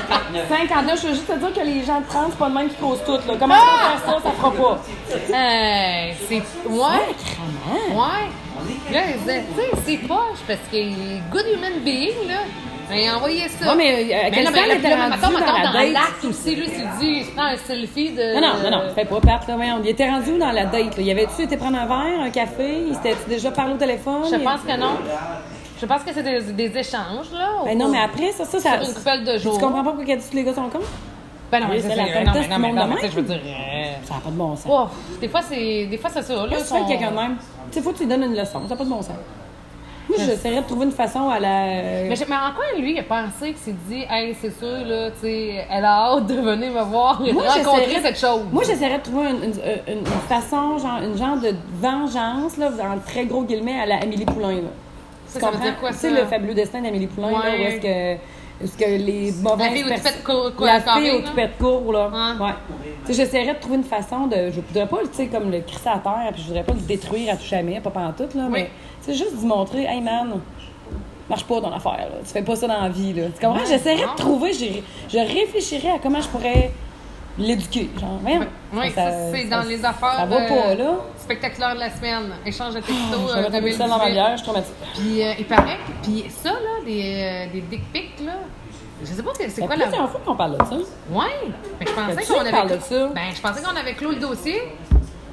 Speaker 2: 59, je veux juste te dire que les gens de 30, c'est pas le même qui causent tout, là.
Speaker 1: Ah!
Speaker 2: Comment tu vas faire ça? Ça fera pas.
Speaker 1: Hey, c'est. Ouais! Ouais! Là, elle disait, tu sais, c'est poche parce que good human being, là. Mais envoyez ça.
Speaker 2: Ouais, mais, euh, à quel
Speaker 1: non,
Speaker 2: stade
Speaker 1: là, puis
Speaker 2: elle était
Speaker 1: là, mettons,
Speaker 2: rendue
Speaker 1: mettons,
Speaker 2: dans la
Speaker 1: dans
Speaker 2: date?
Speaker 1: l'acte euh, aussi, lui, s'il dit, je prends un selfie de.
Speaker 2: Non, non, non, non, fais pas part, là, voyons. Il était rendu où dans la date, là? Il avait-tu été prendre un verre, un café? Il s'était déjà parlé au téléphone?
Speaker 1: Je
Speaker 2: Il-
Speaker 1: pense que non. Je pense que c'est des, des échanges, là.
Speaker 2: Ben non, mais après, ça, ça, ça.
Speaker 1: Sur une couple de
Speaker 2: Tu
Speaker 1: jours.
Speaker 2: comprends pas pourquoi qu'elle dit que tous les gars sont cons?
Speaker 1: Ben non, mais
Speaker 2: Oui,
Speaker 1: ça,
Speaker 2: c'est
Speaker 1: c'est
Speaker 2: la
Speaker 1: non, mais
Speaker 2: fantastique
Speaker 1: non, mais
Speaker 2: monde
Speaker 1: non,
Speaker 2: de
Speaker 1: mais tu sais, je veux
Speaker 2: même.
Speaker 1: dire. euh,
Speaker 2: Ça n'a pas de bon sens.
Speaker 1: oh, des fois, c'est. Des fois, c'est ça. Là,
Speaker 2: Qu'est-ce que tu fais
Speaker 1: son-
Speaker 2: avec quelqu'un de même? Tu sais, faut que tu lui donnes une leçon. Ça n'a pas de bon sens. Moi, j'essaierais de trouver une façon à la.
Speaker 1: Mais, je- mais en quoi lui, il a pensé qu'il s'est dit, hey, c'est sûr, là, tu sais, elle a hâte de venir me voir et
Speaker 2: Moi,
Speaker 1: rencontrer
Speaker 2: j'essaierais-
Speaker 1: cette chose.
Speaker 2: Moi, j'essaierais de trouver une, euh, une- une- une façon, genre, une genre de vengeance, là, en très gros guillemets, à la Amélie Poulain. Là.
Speaker 1: Ça,
Speaker 2: Tu
Speaker 1: ça veut
Speaker 2: comprends?
Speaker 1: dire quoi,
Speaker 2: Tu sais,
Speaker 1: ça?
Speaker 2: le fabuleux destin d'Amélie Poulain, là,
Speaker 1: Ouais.
Speaker 2: où est-ce que ce que les mauvaises
Speaker 1: fille aux
Speaker 2: perso-
Speaker 1: toupettes cour- cour-
Speaker 2: la
Speaker 1: carrées,
Speaker 2: fille aux
Speaker 1: là.
Speaker 2: toupettes courtes, là.
Speaker 1: Ouais.
Speaker 2: Ouais. Tu sais, j'essaierais de trouver une façon de. Je voudrais pas, tu sais, comme le crisser à terre, puis je voudrais pas le détruire à tout jamais, pas pantoute, tout, là. Mais, tu sais, juste d'y montrer, hey man, marche pas ton affaire, là. Tu fais pas ça dans la vie, là. Tu comprends?
Speaker 1: Ouais,
Speaker 2: J'essaierais
Speaker 1: non.
Speaker 2: de trouver, j'ai- je réfléchirais à comment je pourrais l'éduquer. Genre, merde.
Speaker 1: Oui, ça, c'est dans les affaires.
Speaker 2: Ça va
Speaker 1: euh,
Speaker 2: pas, là. Ah,
Speaker 1: Spectaculaire de la semaine. Échange de textos
Speaker 2: Je
Speaker 1: euh,
Speaker 2: vais mettre un pistolet dans ma
Speaker 1: 2018.
Speaker 2: bière, je suis traumatisée.
Speaker 1: Puis euh, il paraît que- Puis ça, là, des, euh, des dick pics, là. Je sais pas que- c'est
Speaker 2: C'est
Speaker 1: quoi
Speaker 2: quoi
Speaker 1: la.
Speaker 2: la première fois qu'on parle de ça?
Speaker 1: Ouais! Mais je pensais
Speaker 2: As-tu
Speaker 1: qu'on avait.
Speaker 2: parlé
Speaker 1: clos-
Speaker 2: de ça?
Speaker 1: Ben, je pensais qu'on avait clos le dossier.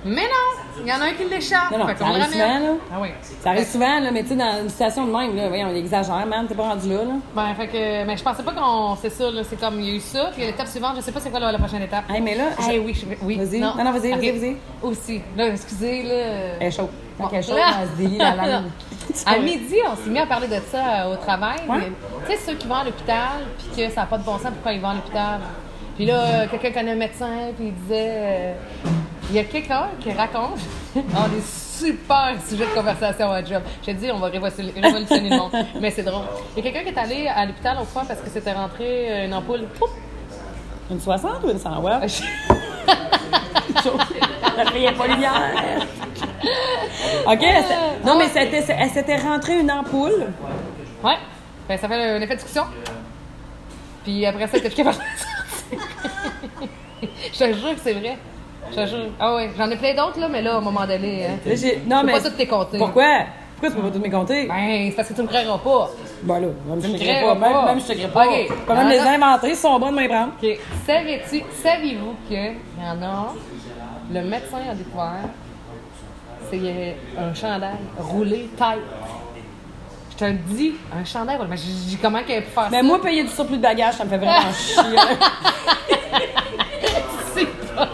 Speaker 1: Mais non! Il y en a un qui l'échappe.
Speaker 2: Non, non,
Speaker 1: Fait qu'on
Speaker 2: ça
Speaker 1: le
Speaker 2: arrive
Speaker 1: ramène.
Speaker 2: souvent, là.
Speaker 1: Ah oui.
Speaker 2: Ça arrive souvent, là, mais tu sais, dans une situation de même, là, voyons, il exagère, man, t'es pas rendu là, là.
Speaker 1: Ben, fait que. Mais je pensais pas qu'on. C'est ça, là. C'est comme il y a eu ça. Puis l'étape suivante, je sais pas c'est quoi la, la prochaine étape.
Speaker 2: Hey, mais là,
Speaker 1: Ah oui, je... oui.
Speaker 2: Vas-y. Non, non, vas-y,
Speaker 1: Ok.
Speaker 2: vas-y, Euh, vas-y.
Speaker 1: Aussi. Là, excusez, là.
Speaker 2: elle est chaude.
Speaker 1: Bon,
Speaker 2: Quand elle est chaude,
Speaker 1: là-
Speaker 2: elle se délie la langue.
Speaker 1: À midi, on s'est mis à parler de ça euh, au travail.
Speaker 2: Ouais.
Speaker 1: Mais, Tu sais, ceux qui vont à l'hôpital, puis que ça n'a pas de bon sens, pourquoi ils vont à l'hôpital? Puis là, euh, quelqu'un connaît un médecin, puis il disait... euh, il y a quelqu'un qui raconte on des super sujets de conversation à job. J'ai dit, on va révolutionner révolutionner le monde, mais c'est drôle. Il y a quelqu'un qui est allé à l'hôpital au foie parce que c'était rentré euh, une ampoule. Pouf!
Speaker 2: Une 60 ou une 100
Speaker 1: Ah,
Speaker 2: watts?
Speaker 1: je-
Speaker 2: La fille est pas lumière. OK, elle s'est-
Speaker 1: Ah,
Speaker 2: non, mais c'était- elle s'était rentrée une ampoule.
Speaker 1: Ouais. Ben, ça fait un effet de discussion. Puis après ça, t'es plus capable de sortir. Je te jure que c'est vrai. Je te jure. Ah ouais, j'en ai plein d'autres, là, mais là, à un moment donné. hein.
Speaker 2: Là, j'ai- Non,
Speaker 1: peux
Speaker 2: Ah, mais.
Speaker 1: pas toutes les compter.
Speaker 2: Pourquoi? Pourquoi tu peux pas toutes me compter?
Speaker 1: Ben, c'est parce que tu me croiras pas.
Speaker 2: Ben là, même je
Speaker 1: me
Speaker 2: te
Speaker 1: crées
Speaker 2: crée pas.
Speaker 1: pas.
Speaker 2: Même, même je te crée pas.
Speaker 1: Ok.
Speaker 2: Je peux même les inventer, ils sont bons de m'y prendre.
Speaker 1: OK. Savais-tu, saviez-vous que il y en a un, le médecin a découvert, c'est euh, un chandail roulé tête. Je te le dis, un chandail roulé. Mais je dis comment qu'elle peut faire
Speaker 2: Mais
Speaker 1: ça?
Speaker 2: moi, payer du surplus de bagages, ça me fait
Speaker 1: Ah.
Speaker 2: vraiment chier.
Speaker 1: C'est pas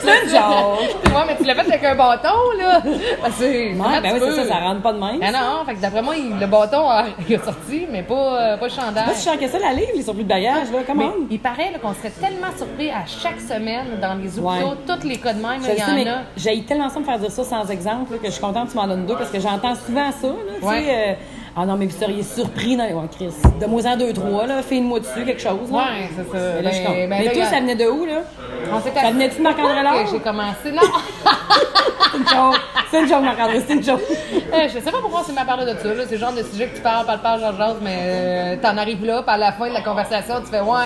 Speaker 2: C'est une joke.
Speaker 1: Ouais, mais tu l'as fait avec un bâton, là. Parce que, comment
Speaker 2: Ouais,
Speaker 1: tu
Speaker 2: ben oui, c'est ça,
Speaker 1: peux?
Speaker 2: ça rentre pas de même.
Speaker 1: Ah non, fait que d'après moi, il- le bâton a, il a sorti, mais pas, euh, pas le
Speaker 2: Moi,
Speaker 1: chandail.
Speaker 2: je suis que ça la livre, les surplus de bagages, là,
Speaker 1: Mais
Speaker 2: comment?
Speaker 1: il paraît là, qu'on serait tellement surpris à chaque semaine dans les hôpitaux,
Speaker 2: Ouais.
Speaker 1: tous les cas de même,
Speaker 2: Je
Speaker 1: là, il
Speaker 2: le
Speaker 1: y
Speaker 2: sais, mais
Speaker 1: en a.
Speaker 2: j'ai tellement ça me faire dire ça sans exemple là, que je suis contente que tu m'en donnes deux parce que j'entends souvent ça. Là, tu
Speaker 1: Ouais.
Speaker 2: sais, euh, ah non, mais vous seriez surpris. Non, ouais, Chris, de moi en deux, trois, là, fais une moi dessus, quelque chose. là.
Speaker 1: Ouais, c'est ça.
Speaker 2: Mais, là, je suis contente.
Speaker 1: Ben, ben,
Speaker 2: mais
Speaker 1: là,
Speaker 2: toi,
Speaker 1: y a-
Speaker 2: ça venait de où, là?
Speaker 1: On s'est
Speaker 2: Ça venait-tu de Marc-André
Speaker 1: que
Speaker 2: Lard?
Speaker 1: J'ai commencé. Non,
Speaker 2: C'est une joke. C'est une joke, Marc-André, c'est une joke.
Speaker 1: Euh, je sais pas pourquoi on s'est mis à parler de ça. là. C'est le genre de sujet que tu parles, parles, parles, genre, genre, mais euh, t'en arrives là, puis à la fin de la conversation, tu fais ouais.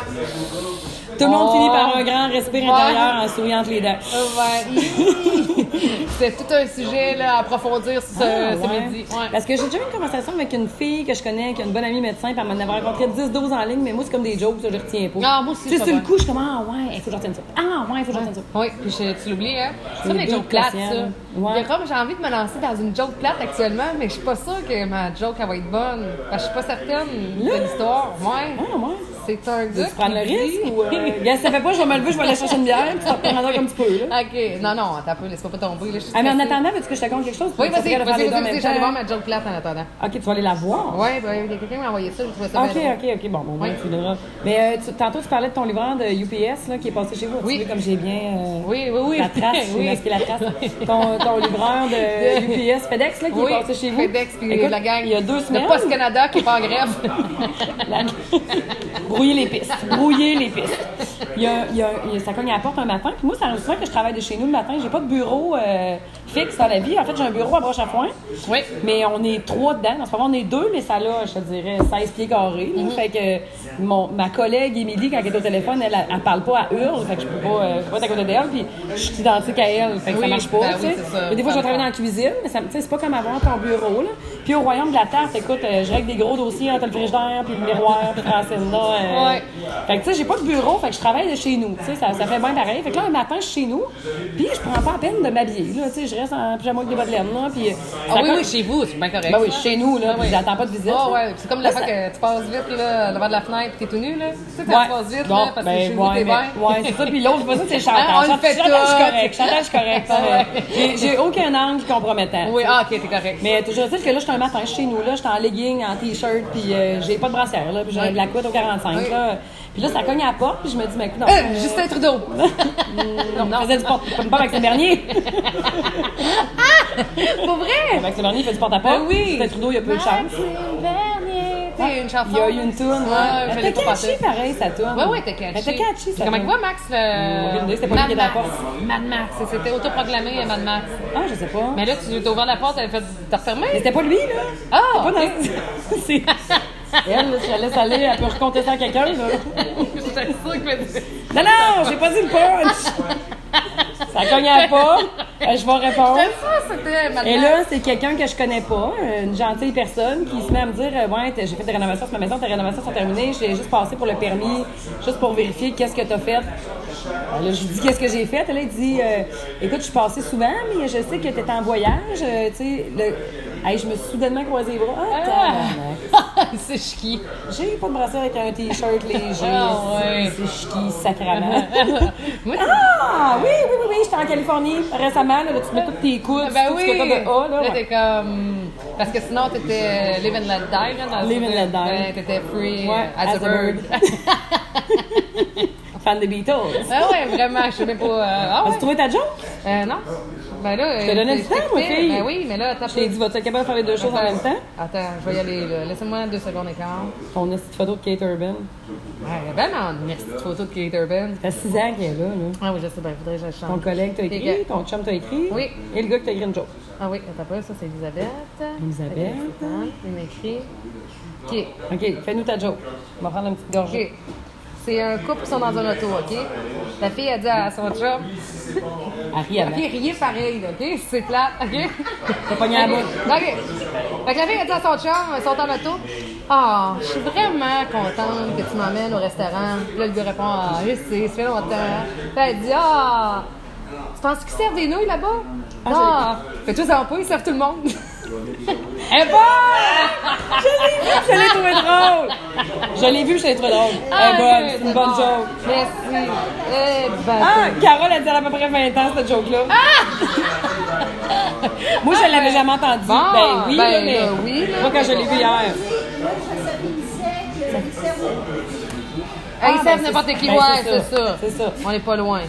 Speaker 2: Tout le monde
Speaker 1: Oh.
Speaker 2: finit par un grand respire
Speaker 1: Ouais.
Speaker 2: intérieur en souriant entre les dents.
Speaker 1: Euh, ouais. C'est tout un sujet là, à approfondir ce,
Speaker 2: Ah,
Speaker 1: ce
Speaker 2: ouais.
Speaker 1: Euh, midi. Ouais.
Speaker 2: Parce que j'ai déjà eu une conversation avec une fille que je connais, qui a une bonne amie médecin, puis elle m'en avait rencontré 10-12 en ligne, mais moi, c'est comme des jokes, ça, je retiens pas.
Speaker 1: Ah, moi aussi,
Speaker 2: Tu sais,
Speaker 1: ça
Speaker 2: sur le
Speaker 1: va.
Speaker 2: coup, je suis comme, ah ouais, il faut que je retienne ça. Ah ouais, il faut que je retienne ça.
Speaker 1: Oui, puis je- tu l'oublies, hein? Ça,
Speaker 2: J'ai
Speaker 1: les
Speaker 2: des
Speaker 1: jokes plates, ça.
Speaker 2: patients.
Speaker 1: Il
Speaker 2: Ouais.
Speaker 1: y a comme j'ai envie de me lancer dans une joke plate actuellement, mais je suis pas sûre que ma joke, elle va être bonne. Parce que je suis pas certaine de l'histoire. Ouais.
Speaker 2: Ah ouais.
Speaker 1: C'est un gars
Speaker 2: Tu prends le
Speaker 1: qui dit-
Speaker 2: risque ou. Euh... gars, si ça fait pas, je vais me lever, je vais aller chercher une bière, puis ça va prendre comme tu peux,
Speaker 1: Ah,
Speaker 2: là.
Speaker 1: OK. Non, non, attends un peu, laisse-moi pas tomber. Là, je suis
Speaker 2: Ah, mais en
Speaker 1: stressée.
Speaker 2: attendant, veux-tu que je te compte quelque chose?
Speaker 1: Oui,
Speaker 2: Tu vas
Speaker 1: vas-y,
Speaker 2: faire les
Speaker 1: vas-y,
Speaker 2: deux
Speaker 1: vas-y,
Speaker 2: en même
Speaker 1: vas-y, j'allais
Speaker 2: temps.
Speaker 1: voir ma joke plate en attendant.
Speaker 2: Ok, tu vas aller la voir.
Speaker 1: Ouais, ben, il y a quelqu'un qui m'a envoyé ça, je trouvais ça
Speaker 2: Ok,
Speaker 1: bien drôle.
Speaker 2: ok, ok, bon, bon,
Speaker 1: Oui.
Speaker 2: ouais, tu verras. Mais euh, tu- tantôt, tu parlais de ton livreur de UPS là, qui est passé chez vous.
Speaker 1: Oui.
Speaker 2: Tu vois, comme j'ai bien. euh,
Speaker 1: Oui, oui, oui.
Speaker 2: La trace, j'ai
Speaker 1: Oui.
Speaker 2: masqué la trace. Ton, ton livreur de UPS, FedEx, là, qui
Speaker 1: Oui,
Speaker 2: est passé chez vous.
Speaker 1: FedEx, puis
Speaker 2: Écoute,
Speaker 1: la gang.
Speaker 2: Il y a deux semaines.
Speaker 1: Le Poste Canada qui part en grève.
Speaker 2: La- Brouiller les pistes. Brouiller les pistes. Il y a, il y a- il y a- ça cogne à la porte un matin. Puis moi, ça arrive souvent que je travaille de chez nous le matin. J'ai pas de bureau euh, fixe dans la vie. En fait, j'ai un bureau à broche à foin.
Speaker 1: oui.
Speaker 2: Mais on est trois dedans. En ce moment, on est deux, mais ça là, je te dirais, 16 pieds carrés.
Speaker 1: Mhm.
Speaker 2: là. Fait que mon, ma collègue Émilie, quand elle est au téléphone, elle, elle parle pas, à hurle. Fait que je peux pas, euh, je peux pas être à côté d'elle. Puis je suis identique à elle. Fait que
Speaker 1: Oui,
Speaker 2: ça marche pas.
Speaker 1: ben
Speaker 2: tu sais.
Speaker 1: oui, c'est ça.
Speaker 2: Mais des fois, je
Speaker 1: Ça
Speaker 2: vais travailler dans la cuisine, mais ça, me- tu sais, c'est pas comme avoir ton bureau. Là. Puis au royaume de la tarte, écoute, euh, je règle des gros dossiers. Hein, T'as le frigidaire, puis le miroir, puis Francine. Là, euh,
Speaker 1: Ouais.
Speaker 2: Fait que tu sais, j'ai pas de bureau. Fait que je travaille de chez nous. Tu sais, ça, ça fait bien pareil. Fait que là, un matin, je suis chez nous. Puis je prends pas la peine de m'habiller. là. Tu sais, je reste en pyjama avec des bas de laine. Là, puis,
Speaker 1: Ah
Speaker 2: ça
Speaker 1: oui,
Speaker 2: cogne-
Speaker 1: oui, chez vous, c'est bien correct.
Speaker 2: ben oui,
Speaker 1: ça.
Speaker 2: chez nous, là,
Speaker 1: Ah
Speaker 2: puis
Speaker 1: oui.
Speaker 2: j'attends pas de visite.
Speaker 1: Ah
Speaker 2: là.
Speaker 1: ouais, c'est comme la fois que tu passes vite, là, devant de la fenêtre, pis t'es tout nu, là. Tu sais, tu
Speaker 2: Ouais.
Speaker 1: passes vite,
Speaker 2: Bon,
Speaker 1: là, parce que
Speaker 2: ben,
Speaker 1: chez vous,
Speaker 2: ouais,
Speaker 1: t'es bien.
Speaker 2: mais- ouais, c'est ça. Puis l'autre, c'est pas ça, c'est Chantal.
Speaker 1: Hein, on le
Speaker 2: Chantal,
Speaker 1: fait
Speaker 2: Chantal, je suis
Speaker 1: tout.
Speaker 2: correct. Chantal, je suis correct. ça va.
Speaker 1: Ouais.
Speaker 2: J'ai- J'ai aucun angle compromettant.
Speaker 1: Oui, ah, ok, t'es correct.
Speaker 2: Mais toujours est-il que là, je suis un matin chez nous, là, j'étais en legging, en t-shirt, puis euh, j'ai pas de brassière, là, puis j'ai de la couette au 45,
Speaker 1: Oui.
Speaker 2: là. Puis là, ça cogne à la porte, puis je me dis, mais écoute, non,
Speaker 1: Euh, Justin Trudeau!
Speaker 2: non, non, faisait du porte, pas Maxime Bernier.
Speaker 1: Pour vrai!
Speaker 2: Maxime Bernier, il fait du porte à
Speaker 1: Ah
Speaker 2: porte.
Speaker 1: oui!
Speaker 2: Trudeau, il y a peu de chance.
Speaker 1: Maxime Bernier, chanté une chanson.
Speaker 2: Il y a eu une toune.
Speaker 1: Ouais, je
Speaker 2: Elle
Speaker 1: l'ai
Speaker 2: était
Speaker 1: pas
Speaker 2: catchy,
Speaker 1: passée.
Speaker 2: pareil, sa toune.
Speaker 1: Ouais, ouais, t'es catchy.
Speaker 2: Elle était catchy,
Speaker 1: Puis
Speaker 2: sa
Speaker 1: Comment
Speaker 2: toune. Mm,
Speaker 1: quoi, Max?
Speaker 2: Aucune
Speaker 1: Le...
Speaker 2: idée, c'était pas lui qui
Speaker 1: Mad
Speaker 2: est dans
Speaker 1: Max.
Speaker 2: la porte.
Speaker 1: Mad Max. Et C'était autoproclamé euh, Mad Max.
Speaker 2: Ah, je sais pas.
Speaker 1: Mais là, tu t'as ouvert la porte, t'avais fait. T'as
Speaker 2: Mais
Speaker 1: refermé?
Speaker 2: c'était pas lui, là.
Speaker 1: Ah,
Speaker 2: C'était pas dans-
Speaker 1: ok.
Speaker 2: C'est- Elle, là, si elle laisse aller, elle peut raconter ça à quelqu'un, là.
Speaker 1: J'étais sûre que
Speaker 2: Non, non, j'ai pas dit le punch. Ça cogne à la porte. Euh, Je vais répondre.
Speaker 1: J'aime ça, c'était Mad Max.
Speaker 2: Et là, c'est quelqu'un que je connais pas, euh, une gentille personne qui se met à me dire euh, Ouais, t'as- j'ai fait des rénovations sur ma maison, tes rénovations sont terminées, j'ai juste passé pour le permis, juste pour vérifier qu'est-ce que t'as fait. Euh, Là, je lui dis Qu'est-ce que j'ai fait Là, il dit euh, Écoute, je suis passée souvent, mais je sais que t'étais en voyage. euh, tu sais, le- Hey, je me suis soudainement croisé les bras. Ah, tabarnak.
Speaker 1: hein. c'est chiqui.
Speaker 2: J'ai pas de brassière avec un t-shirt léger.
Speaker 1: Ah, ouais.
Speaker 2: C'est chiqui, sacrément.
Speaker 1: Moi,
Speaker 2: ah, oui, oui, oui, oui, j'étais en Californie récemment, là, là, tu te mets tous tes coudes,
Speaker 1: Ben
Speaker 2: tout ce
Speaker 1: oui!
Speaker 2: que t'as de haut, là. ouais.
Speaker 1: t'es comme. Parce que sinon, t'étais euh, live and let die, là. Dans le
Speaker 2: Live
Speaker 1: sens
Speaker 2: and
Speaker 1: de-
Speaker 2: let die.
Speaker 1: Ouais, t'étais free
Speaker 2: Ouais,
Speaker 1: euh, as, a bird.
Speaker 2: Fan des Beatles.
Speaker 1: ah ouais, vraiment, je sais même pas. euh, ah
Speaker 2: As-tu
Speaker 1: ouais?
Speaker 2: trouvé ta joke?
Speaker 1: Euh, non? Ben là. Je
Speaker 2: t'ai donné du temps, moi, fille.
Speaker 1: Ben oui, mais là, attends.
Speaker 2: Je t'ai dit, vas-tu être capable de faire les deux choses en même temps?
Speaker 1: Attends, je vais y aller, là. Laissez-moi deux secondes et quart.
Speaker 2: On a cette photo de Kate Urban.
Speaker 1: Ouais, ben non, merci de photo de Kate Urban.
Speaker 2: Ça fait six ans qu'elle est là, là.
Speaker 1: Ben. Ah oui, je sais, ben, faudrait que je la chante.
Speaker 2: Ton collègue t'a écrit, ton chum t'a écrit.
Speaker 1: Oui.
Speaker 2: Et le gars qui t'a écrit une joke.
Speaker 1: Ah oui, attends pas, ça c'est Elisabeth.
Speaker 2: Elisabeth.
Speaker 1: Il m'écrit. Ok,
Speaker 2: OK, fais-nous ta joke. On va prendre une petite gorgée.
Speaker 1: ok. C'est un couple qui sont dans un auto, ok? La fille a dit à son chum,
Speaker 2: Ariana.
Speaker 1: ok, riez pareil, là, ok? C'est plat, ok?
Speaker 2: T'as pogné à la
Speaker 1: Ok.
Speaker 2: bouche.
Speaker 1: Ok. Fait que la fille a dit à son chum, ils sont en auto. Ah, je suis vraiment contente que tu m'emmènes au restaurant. Puis là, le gars répond, ah, je sais, ça fait longtemps. Puis elle dit, ah, tu penses qu'ils servent des nouilles là-bas?
Speaker 2: Ah, je l'ai
Speaker 1: Ah, fais tous un peu, ils servent tout le monde.
Speaker 2: Eh bon! Je l'ai trouvé drôle! Je l'ai vu, je l'ai trouvé drôle.
Speaker 1: Ah,
Speaker 2: Eh bonne,
Speaker 1: ok,
Speaker 2: c'est une
Speaker 1: c'est
Speaker 2: bonne
Speaker 1: bon.
Speaker 2: joke.
Speaker 1: Merci. Eh ben,
Speaker 2: Ah, Carole, elle dit elle a à peu près 20 ans, cette joke-là.
Speaker 1: Ah!
Speaker 2: Moi, je l'avais jamais entendue.
Speaker 1: Bon,
Speaker 2: ben oui,
Speaker 1: ben
Speaker 2: là, mais
Speaker 1: là, oui, là,
Speaker 2: moi, quand je l'ai vue hier.
Speaker 1: hey, ils
Speaker 2: Ah,
Speaker 1: savent
Speaker 2: ben,
Speaker 1: n'importe
Speaker 2: c'est-
Speaker 1: qui,
Speaker 2: ben,
Speaker 1: ouais,
Speaker 2: c'est
Speaker 1: c'est
Speaker 2: ça.
Speaker 1: ça.
Speaker 2: C'est ça.
Speaker 1: On n'est pas loin.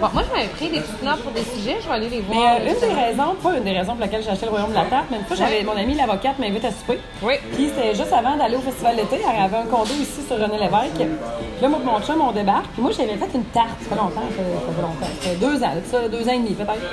Speaker 1: Bon, moi, je m'avais pris des petites notes pour des sujets, je vais aller les
Speaker 2: Mais
Speaker 1: voir.
Speaker 2: euh, une des raisons, pas une des raisons pour laquelle j'ai acheté le Royaume de la Tarte, mais une fois, j'avais mon amie l'avocate m'invite à souper.
Speaker 1: Oui.
Speaker 2: Puis c'était juste avant d'aller au festival d'été, elle avait un condo ici sur René Lévesque. Puis là, moi et mon chum, on débarque. Puis moi, j'avais fait une tarte, ça fait longtemps, ça fait, ça fait longtemps, ça fait deux ans, ça, deux ans et demi peut-être.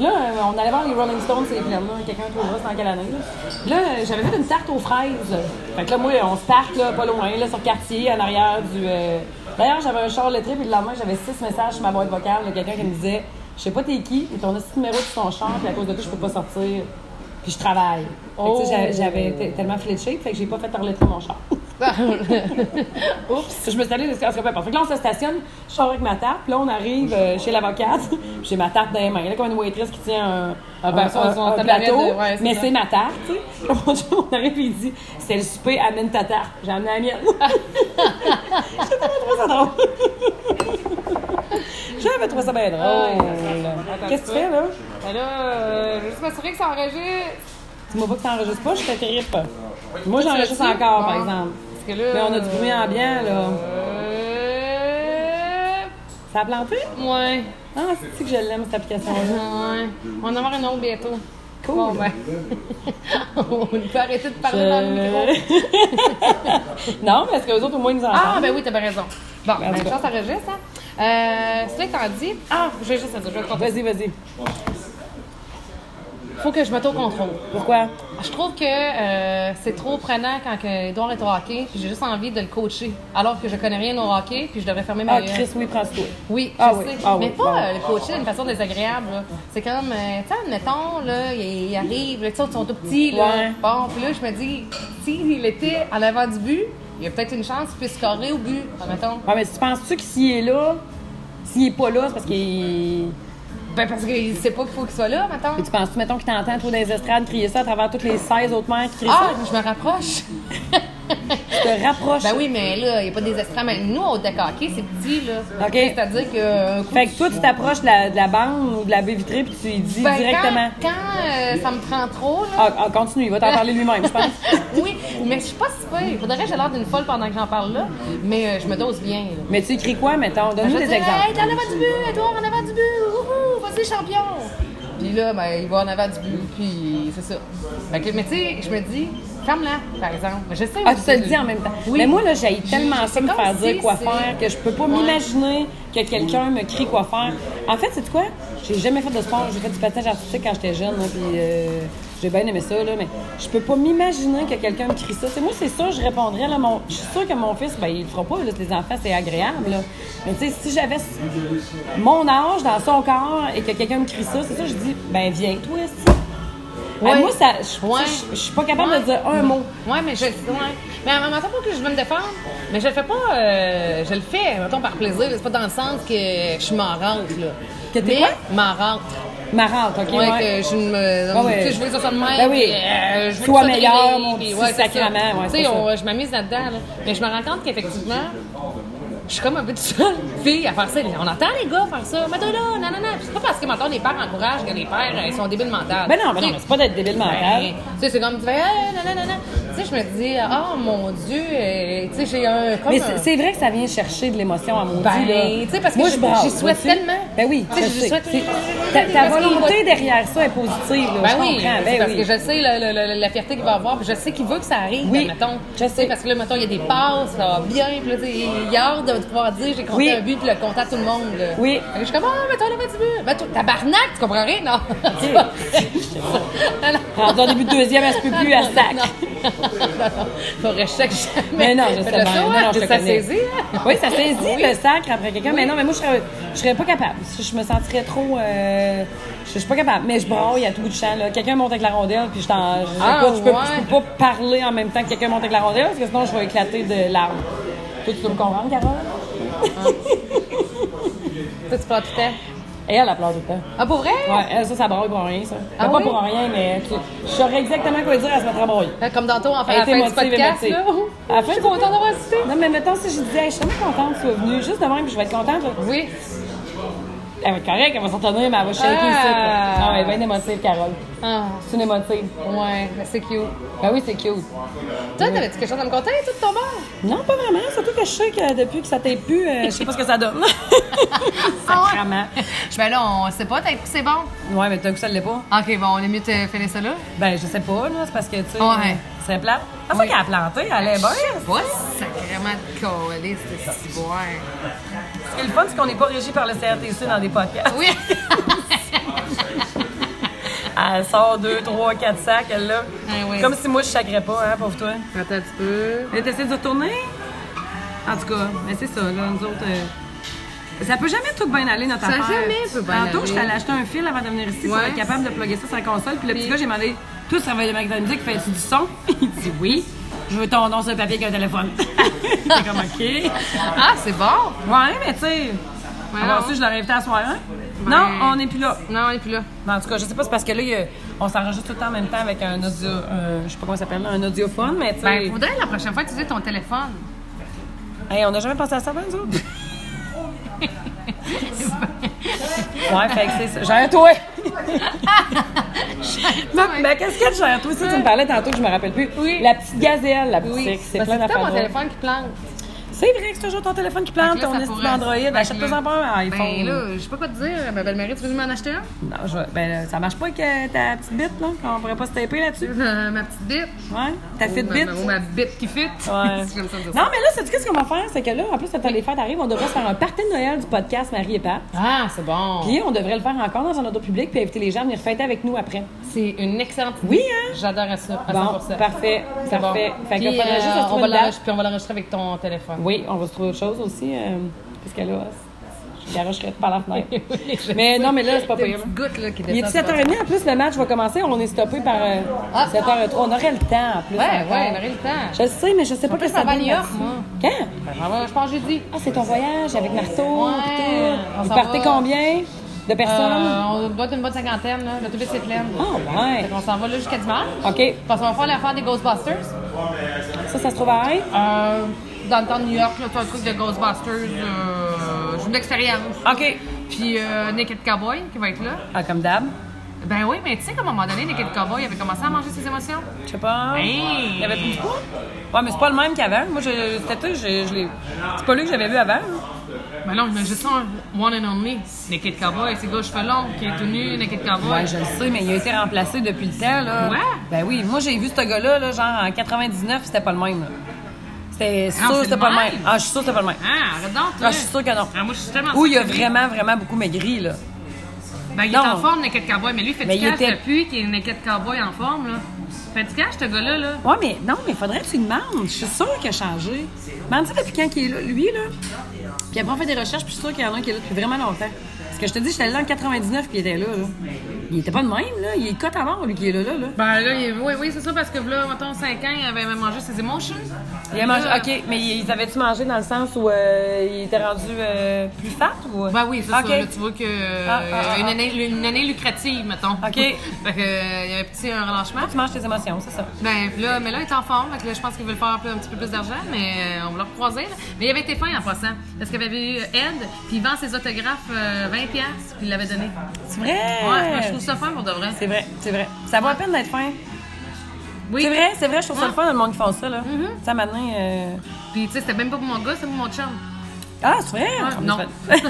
Speaker 2: Là, euh, on allait voir les Rolling Stones, c'est plein, là, quelqu'un trouvera c'est dans quelle année. Là, Là, euh, j'avais fait une tarte aux fraises. Fait que là, moi, on se parque, là, pas loin, là, sur le quartier, en arrière du... euh, D'ailleurs, j'avais un char lettré, puis le lendemain, j'avais six messages sur ma boîte vocale de quelqu'un qui me disait « Je sais pas t'es qui, mais ton petit numéro de ton char, puis à cause de toi, je peux pas sortir. » Puis je travaille. Fait que, tu sais,
Speaker 1: Oh.
Speaker 2: j'a- j'avais été tellement fléché, fait que j'ai pas fait enlever mon char. Oups! Je me suis allée jusqu'à ce qu'on fait pas. Fait que là, on se stationne, je sors avec ma tarte, puis là, on arrive euh, chez l'avocate, puis j'ai ma tarte dans les mains. Là, comme une waitress qui tient un, un,
Speaker 1: ben,
Speaker 2: un-
Speaker 1: son-
Speaker 2: un-
Speaker 1: son
Speaker 2: un
Speaker 1: tablette
Speaker 2: plateau,
Speaker 1: de- ouais, c'est
Speaker 2: mais
Speaker 1: ça.
Speaker 2: c'est ma tarte, tu sais. Puis là, mon chum, on arrive, il dit C'est le souper, amène ta tarte. J'ai amené la mienne. J'ai tellement trouvé ça drôle. J'avais trouvé ça bien drôle. Qu'est-ce que tu fais, là?
Speaker 1: Ben là, euh, je vais juste m'assurer que ça enregistre.
Speaker 2: Dis-moi pas que t'enregistres pas, je te grippe. Moi,
Speaker 1: Tu
Speaker 2: j'enregistre
Speaker 1: le sais?
Speaker 2: encore, par
Speaker 1: Bon.
Speaker 2: exemple.
Speaker 1: Parce que là.
Speaker 2: Mais Ben, on a du bruit ambiant, là.
Speaker 1: Euh.
Speaker 2: Ça a planté?
Speaker 1: Ouais.
Speaker 2: Ah, c'est que je l'aime, cette application-là.
Speaker 1: Ouais. On va en avoir une autre bientôt.
Speaker 2: Cool.
Speaker 1: Bon, ben. on peut arrêter de parler dans le micro.
Speaker 2: Je- non, parce que les autres, au moins, ils nous entendent.
Speaker 1: Ah, ben oui, t'as bien raison. Bon,
Speaker 2: Ben,
Speaker 1: ben,
Speaker 2: en tout
Speaker 1: je
Speaker 2: cas.
Speaker 1: pense que ça enregistre, hein? Euh, cela étant dit, ah, je vais juste, je vais compter.
Speaker 2: Vas-y, vas-y.
Speaker 1: Faut que je m'auto-contrôle.
Speaker 2: Pourquoi?
Speaker 1: Je trouve que euh, c'est trop prenant quand que Edouard est au hockey, puis j'ai juste envie de le coacher. Alors que je connais rien au hockey, puis je devrais fermer ma
Speaker 2: Ah,
Speaker 1: gueule.
Speaker 2: Chris, oui, prends-toi.
Speaker 1: Oui,
Speaker 2: Ah
Speaker 1: je
Speaker 2: oui,
Speaker 1: sais.
Speaker 2: ah
Speaker 1: mais
Speaker 2: oui,
Speaker 1: pas
Speaker 2: bon.
Speaker 1: euh, le coacher d'une façon désagréable. là. C'est comme, euh, tu sais, admettons, là, il, il arrive, là, tu sais, ils sont tout petits. Là.
Speaker 2: Ouais.
Speaker 1: Bon, puis là, je me dis, s'il était en avant du but, il y a peut-être une chance qu'il puisse scorer au but, admettons.
Speaker 2: Ouais, mais tu penses-tu que s'il est là, s'il est pas là, c'est parce qu'il.
Speaker 1: Ben, parce qu'il sait pas qu'il faut qu'il soit là, admettons.
Speaker 2: Mais tu penses-tu, mettons, qu'il t'entend trop dans les estrades crier ça à travers toutes les 16 autres mères qui crient
Speaker 1: Ah,
Speaker 2: ça?
Speaker 1: je me rapproche.
Speaker 2: Tu te rapproches.
Speaker 1: ben oui, mais là, il n'y a pas des extrêmes. Mais Nous, au deck hockey, c'est petit, là.
Speaker 2: OK.
Speaker 1: C'est-à-dire que. euh,
Speaker 2: Fait que toi, tu t'approches de la, de la bande ou de la baie vitrée puis tu lui dis
Speaker 1: Ben,
Speaker 2: directement.
Speaker 1: Quand, quand, euh, ça me prend trop, là.
Speaker 2: Ah, ah, continue, il va t'en parler lui-même, je pense.
Speaker 1: oui, mais je suis pas si pire. Faudrait que j'ai l'air d'une folle pendant que j'en parle là, mais euh, je me dose bien. Là.
Speaker 2: Mais tu écris quoi, mettons? Donne-nous
Speaker 1: Je
Speaker 2: des
Speaker 1: dis, Hey,
Speaker 2: exemples.
Speaker 1: t'es en avant du but, Edouard, en avant du but, wouhou, vas-y, Ben, champion! Puis là, ben, il va en avant du but, puis c'est ça. Fait que- mais tu sais, je me dis, Ferme-la, par exemple. Je sais.
Speaker 2: Ah, tu te le dis en même temps.
Speaker 1: Oui.
Speaker 2: Mais moi, là, j'ai tellement
Speaker 1: C'est
Speaker 2: ça me
Speaker 1: comme
Speaker 2: faire
Speaker 1: si
Speaker 2: dire quoi
Speaker 1: c'est-
Speaker 2: faire que je peux pas
Speaker 1: Ouais.
Speaker 2: m'imaginer que quelqu'un me crie quoi faire. En fait, c'est quoi? J'ai jamais fait de sport. J'ai fait du patinage artistique quand j'étais jeune, là, puis euh, j'ai bien aimé ça, là, mais je peux pas m'imaginer que quelqu'un me crie ça. C'est moi, c'est sûr, je répondrais, là, mon... je suis sûre que mon fils, ben, il le fera pas, là, les enfants, c'est agréable, là. Mais tu sais, si j'avais mon âge dans son corps et que quelqu'un me crie ça, c'est ça, je dis, ben, viens, toi, esti. Ben,
Speaker 1: Ouais.
Speaker 2: moi, ça, je
Speaker 1: Ouais.
Speaker 2: tu sais, je- je suis pas capable de
Speaker 1: Ouais.
Speaker 2: dire un mot.
Speaker 1: Oui, mais je. ouais. Mais en même temps, pas que je veux me défendre, mais je le fais pas. euh, je le fais, mettons, par plaisir. C'est pas dans le sens que je suis marrante, là.
Speaker 2: Que t'es
Speaker 1: Mais
Speaker 2: quoi?
Speaker 1: Marrante.
Speaker 2: Marrante, OK?
Speaker 1: Ouais,
Speaker 2: ouais.
Speaker 1: que je me.
Speaker 2: Ouais, ouais.
Speaker 1: Tu sais, je veux dire ça de même.
Speaker 2: Ben oui.
Speaker 1: puis, euh, je veux
Speaker 2: Sois
Speaker 1: que ça te
Speaker 2: meilleur,
Speaker 1: réveille,
Speaker 2: mon
Speaker 1: puis,
Speaker 2: petit
Speaker 1: c'est ça.
Speaker 2: sacrement, ouais,
Speaker 1: tu sais,
Speaker 2: c'est ça.
Speaker 1: on- je m'amuse là-dedans, là. Mais je me rends compte qu'effectivement, je suis comme un peu toute seule fille à faire ça. On entend les gars faire ça. Mais toi, là, non, non, non. Puis C'est pas parce que maintenant les pères encouragent que les pères euh, ils sont débiles mentales.
Speaker 2: Ben non, ben non,
Speaker 1: Tu sais,
Speaker 2: mais c'est pas d'être débile mental.
Speaker 1: ben, Tu sais, c'est comme tu fais, Ah, non, non, non, non. Tu sais, je me dis, ah, mon Dieu, euh, tu sais, j'ai un. Comme
Speaker 2: mais
Speaker 1: un-
Speaker 2: c'est- c'est vrai que ça vient chercher de l'émotion à mon
Speaker 1: Ben,
Speaker 2: dit, là.
Speaker 1: tu sais, parce que
Speaker 2: Moi,
Speaker 1: je-
Speaker 2: je brasse,
Speaker 1: j'y souhaite
Speaker 2: tu sais.
Speaker 1: tellement.
Speaker 2: Ben oui,
Speaker 1: Tu sais,
Speaker 2: je
Speaker 1: j'y
Speaker 2: sais.
Speaker 1: souhaite-
Speaker 2: C'est- Ta, ta
Speaker 1: Parce qu'on
Speaker 2: volonté
Speaker 1: va-
Speaker 2: derrière ça est positive, là.
Speaker 1: Ben
Speaker 2: je
Speaker 1: oui,
Speaker 2: comprends.
Speaker 1: c'est
Speaker 2: Ben
Speaker 1: parce
Speaker 2: oui.
Speaker 1: que je sais le- le- le- la fierté qu'il va avoir, puis je sais qu'il veut que ça arrive,
Speaker 2: Oui,
Speaker 1: mettons.
Speaker 2: je sais.
Speaker 1: Parce que là, mettons, il y a des passes, ça va bien, puis là, tu sais, il a hâte de pouvoir dire j'ai compté
Speaker 2: Oui.
Speaker 1: un but, puis le compter à tout le monde. là.
Speaker 2: Oui.
Speaker 1: Fait que Je suis comme, ah, mettons, là, petit but. Ben, toi, tabarnak, tu comprends rien, non? C'est pas vrai. Non, non.
Speaker 2: Rendu en début de deuxième, elle se peut plus, elle se sac.
Speaker 1: Non, non, non. Faudrait chaque jamais.
Speaker 2: Mais non, je sais
Speaker 1: Fais le
Speaker 2: bien.
Speaker 1: saut,
Speaker 2: Non,
Speaker 1: hein,
Speaker 2: non, je te
Speaker 1: ça
Speaker 2: connais.
Speaker 1: saisit, hein?
Speaker 2: Oui, ça saisit
Speaker 1: Oui.
Speaker 2: le sacre après quelqu'un. Mais non, mais moi, je serais, je serais pas capable. Je me sentirais trop. euh, je, je suis pas capable. Mais je braille à tout bout de champ. là. Quelqu'un monte avec la rondelle, puis je t'en. je-
Speaker 1: Ah,
Speaker 2: écoute, je, peux,
Speaker 1: ouais.
Speaker 2: je peux pas parler en même temps que quelqu'un monte avec la rondelle, parce que sinon, je vais éclater de larmes. Toi, tu peux me comprendre, Carole?
Speaker 1: Toi, tu prends tout le temps.
Speaker 2: Et elle, elle pleure tout le temps.
Speaker 1: Ah, pour vrai?
Speaker 2: Ouais, elle, ça, ça braille pour rien, ça. Ben,
Speaker 1: Ah
Speaker 2: pas
Speaker 1: oui?
Speaker 2: pour rien, mais tu- je saurais exactement quoi dire, elle se mettrait à brailler.
Speaker 1: Fait Euh, Comme tantôt, en fait, à
Speaker 2: Elle
Speaker 1: la
Speaker 2: était
Speaker 1: fin du
Speaker 2: motivée,
Speaker 1: podcast,
Speaker 2: motivée.
Speaker 1: là.
Speaker 2: À la fin
Speaker 1: Je suis
Speaker 2: du
Speaker 1: contente d'avoir cité.
Speaker 2: Non, mais mettons, si je disais, Hey, je suis tellement contente que tu sois venue, juste de même, puis je vais être contente. là.
Speaker 1: Oui.
Speaker 2: Elle va être correcte, elle va s'en tenir, mais elle va shaker
Speaker 1: Ah.
Speaker 2: ici. là. Non, elle est bien émotive, Carole.
Speaker 1: Ah,
Speaker 2: C'est une émotive.
Speaker 1: ouais, ben, c'est cute.
Speaker 2: Ben oui, c'est cute.
Speaker 1: Toi, t'avais-tu quelque chose à me conter, toi, de ton bord?
Speaker 2: Non, pas vraiment. Surtout que je sais que depuis que ça t'est plus, euh, je sais pas ce que ça donne.
Speaker 1: Ah
Speaker 2: Sacrement.
Speaker 1: Je ben là, on sait pas, peut-être que c'est bon.
Speaker 2: Ouais, mais d'un coup, ça l'est pas.
Speaker 1: Ok, bon, on est mieux de te finir ça là.
Speaker 2: Ben, je sais pas, là. C'est parce que, tu sais,
Speaker 1: Ouais.
Speaker 2: euh, c'est plate. C'est ça
Speaker 1: Oui.
Speaker 2: qu'elle a planté, elle
Speaker 1: Euh,
Speaker 2: est bien.
Speaker 1: Ouais, sacrément de coller, c'est si bon.
Speaker 2: Ce qui est le fun, c'est qu'on n'est pas régi par le CRTC dans des podcasts.
Speaker 1: Oui!
Speaker 2: Elle sort deux, trois, quatre sacs, elle là.
Speaker 1: Ah ouais.
Speaker 2: Comme si moi je chagrais pas, hein, pauvre toi.
Speaker 1: Attends un petit peu.
Speaker 2: Elle essaie de retourner. En tout cas, mais c'est ça, là, nous autres. euh, Ça peut jamais tout bien aller, notre
Speaker 1: Ça
Speaker 2: affaire.
Speaker 1: jamais peut bien
Speaker 2: Tantôt,
Speaker 1: aller.
Speaker 2: je t'allais acheter un fil avant de venir ici pour
Speaker 1: Ouais.
Speaker 2: être capable de plugger ça sur la console. Puis le petit gars, j'ai demandé Toi, tu travailles avec de la musique, fais-tu du son Il dit Oui. Je veux ton nom sur le papier avec un téléphone. J'étais comme OK.
Speaker 1: Ah, c'est bon!
Speaker 2: Ouais, mais tu sais.
Speaker 1: Ouais,
Speaker 2: Alors,
Speaker 1: non.
Speaker 2: ça, je l'aurais invité à soir, hein?
Speaker 1: Ben-
Speaker 2: Non, on n'est plus là.
Speaker 1: Non, on est plus là.
Speaker 2: Mais en tout cas, je sais pas, c'est parce que là, il y a- on s'enregistre tout le temps en même temps avec un audio. un- je sais pas comment ça s'appelle, un audiophone, mais tu sais.
Speaker 1: Ben, faudrait la prochaine fois utiliser ton téléphone.
Speaker 2: Hey, on n'a jamais pensé à ça, ben, nous autres. ouais, fait que c'est ça. Gère toi! Ben, ben, qu'est-ce que gère toi? Ça, tu me parlais tantôt, que je me rappelle plus.
Speaker 1: Oui.
Speaker 2: La petite gazelle, la boutique, c'est
Speaker 1: Ben,
Speaker 2: plein
Speaker 1: tout le temps
Speaker 2: d'affaires.
Speaker 1: mon
Speaker 2: drôles.
Speaker 1: téléphone qui plante.
Speaker 2: C'est vrai que c'est toujours ton téléphone qui
Speaker 1: Fait
Speaker 2: plante,
Speaker 1: que là,
Speaker 2: ton
Speaker 1: ça
Speaker 2: estime
Speaker 1: pourrait- Fait
Speaker 2: d'Android. Ben,
Speaker 1: que
Speaker 2: Achète-toi-en pas un iPhone.
Speaker 1: Ben là, je sais pas quoi te dire. Ma belle-mère, tu veux m'en acheter un?
Speaker 2: Non, je, vais- ben, ça marche pas avec euh, ta petite bite, là, qu'on pourrait pas se taper là-dessus.
Speaker 1: Euh, ma petite bite.
Speaker 2: Ouais, ta
Speaker 1: Ou
Speaker 2: Fitbit.
Speaker 1: ma- Ou ma bite qui fit.
Speaker 2: Ouais.
Speaker 1: C'est comme ça, c'est ça.
Speaker 2: Non, mais là, c'est qu'est-ce qu'on va faire? C'est que là, en plus, le temps des fêtes arrive, on devrait se faire un party de Noël du podcast Marie et Pat.
Speaker 1: Ah, c'est bon.
Speaker 2: Puis on devrait le faire encore dans un auto public puis inviter les gens à venir fêter avec nous après.
Speaker 1: C'est une excellente idée.
Speaker 2: Oui, hein?
Speaker 1: J'adore ça. À
Speaker 2: Bon,
Speaker 1: 100%.
Speaker 2: parfait.
Speaker 1: C'est bon.
Speaker 2: Parfait. Fait que
Speaker 1: Puis,
Speaker 2: faudrait juste
Speaker 1: euh,
Speaker 2: se
Speaker 1: on
Speaker 2: trouver
Speaker 1: va
Speaker 2: une
Speaker 1: l'enregistrer-
Speaker 2: date.
Speaker 1: puis on va l'enregistrer avec ton téléphone.
Speaker 2: Oui, on va se trouver autre chose aussi, euh, parce que là, je garocherais par la fenêtre.
Speaker 1: Je
Speaker 2: mais non, mais là, c'est pas
Speaker 1: Des
Speaker 2: pire.
Speaker 1: petites gouttes là, qui
Speaker 2: Il est
Speaker 1: descendent.
Speaker 2: 7h30, en plus, le match va commencer. On est stoppé par euh,
Speaker 1: Ah.
Speaker 2: 7h03. On aurait le temps, en plus.
Speaker 1: Ouais,
Speaker 2: encore.
Speaker 1: ouais, on aurait le temps.
Speaker 2: Je sais, mais je sais pas
Speaker 1: plus,
Speaker 2: qu'est-ce que ça
Speaker 1: on
Speaker 2: Ben,
Speaker 1: va à
Speaker 2: donne
Speaker 1: New York,
Speaker 2: là-dessus.
Speaker 1: moi.
Speaker 2: Quand?
Speaker 1: Ah, ouais, Je pense jeudi.
Speaker 2: Ah, c'est ton voyage avec Marteau.
Speaker 1: Ouais,
Speaker 2: pis tout.
Speaker 1: on
Speaker 2: Vous
Speaker 1: s'en
Speaker 2: partez
Speaker 1: va.
Speaker 2: combien de personnes?
Speaker 1: Euh, on doit être une bonne cinquantaine. là. L'autobus est plein.
Speaker 2: Ah, ouais.
Speaker 1: On s'en va là jusqu'à dimanche.
Speaker 2: OK.
Speaker 1: Parce qu'on va faire l'affaire des Ghostbusters.
Speaker 2: Ça, ça se trouve à Haye?
Speaker 1: Euh, dans le temps de New York, là, tu as un truc de Ghostbusters. Euh, je veux de l'expérience.
Speaker 2: OK.
Speaker 1: Puis euh, Naked Cowboy qui va être là.
Speaker 2: Ah, comme d'hab.
Speaker 1: Ben oui, mais tu sais qu'à un moment donné, Naked Cowboy avait commencé à manger ses émotions.
Speaker 2: Je sais pas.
Speaker 1: Hey!
Speaker 2: Il y avait plus de poids? Ouais, mais c'est pas le même qu'avant. Moi, je- c'était tout, je, je l'ai. C'est pas lui que j'avais vu avant. hein.
Speaker 1: Ben non, mais juste un one and only. Naked Cowboy, c'est gauche felon qui est tout nu, Naked Cowboy.
Speaker 2: Ouais, je le sais, mais il a été remplacé depuis le temps, là.
Speaker 1: Ouais?
Speaker 2: Ben oui, moi, j'ai vu ce gars-là, là, genre en 99, c'était pas le même, là. C'était
Speaker 1: Ah,
Speaker 2: sûr,
Speaker 1: c'est
Speaker 2: c'était
Speaker 1: le
Speaker 2: pas le
Speaker 1: même?
Speaker 2: même. Ah, je suis sûr, c'était pas le même.
Speaker 1: Ah, arrête donc, toi.
Speaker 2: Ah, je suis sûr que non.
Speaker 1: Ah, moi, je suis tellement
Speaker 2: Ou il a
Speaker 1: sûre que lui.
Speaker 2: vraiment, vraiment beaucoup maigri, là.
Speaker 1: Ben, il est
Speaker 2: Non.
Speaker 1: en forme, Naked Cowboy, mais lui, il fait
Speaker 2: Mais
Speaker 1: du
Speaker 2: il
Speaker 1: cash
Speaker 2: était-
Speaker 1: depuis qu'il est Naked Cowboy en forme, là. Fait du cash, ce gars-là, là.
Speaker 2: Ouais, mais non, mais faudrait que tu demandes. Je suis sûre qu'il a changé. Demande ça depuis quand qu'il est là, lui, là. Puis après, on fait des recherches, puis je suis sûre qu'il y en a un qui est là depuis vraiment longtemps. Parce que je te dis, j'étais là en 99, puis il était là, là. Il était pas de même, là. Il est cote à mort, lui, qui est là, là. là.
Speaker 1: Ben là, il est- oui, oui, c'est ça, parce que là, mettons, 5 ans, il avait même mangé ses émotions.
Speaker 2: Il a mangé,
Speaker 1: Là-
Speaker 2: OK, mais ils avaient-tu mangé dans le sens où euh, il était rendu euh, plus fat ou...
Speaker 1: Ben oui, c'est
Speaker 2: OK.
Speaker 1: ça. Là, tu vois que euh,
Speaker 2: Ah, ah, ah,
Speaker 1: une,
Speaker 2: ah.
Speaker 1: année, une année lucrative, mettons.
Speaker 2: OK.
Speaker 1: fait que, euh, il y avait petit un relâchement.
Speaker 2: Tu manges tes émotions, c'est ça.
Speaker 1: Ben là, mais là, il est en forme. Fait que là, je pense qu'il veut faire un, peu- un petit peu plus d'argent, mais euh, on va le croiser. Mais il avait été fin en passant, parce qu'il avait eu Ed, puis il vend ses autographes euh, 20$, puis il l'avait donné.
Speaker 2: C'est vrai!
Speaker 1: Ouais, moi, je trouve ça fin pour de vrai.
Speaker 2: C'est vrai, c'est vrai. Ça vaut la peine d'être fin.
Speaker 1: Oui.
Speaker 2: C'est vrai, c'est vrai, je trouve ça le fun, le monde qui font ça, là.
Speaker 1: Mhm.
Speaker 2: Ça, maintenant... euh,
Speaker 1: Puis tu sais, c'était même pas pour mon gars, c'était pour mon chum.
Speaker 2: Ah, c'est vrai?
Speaker 1: Ouais,
Speaker 2: Ah,
Speaker 1: non.
Speaker 2: mais c'est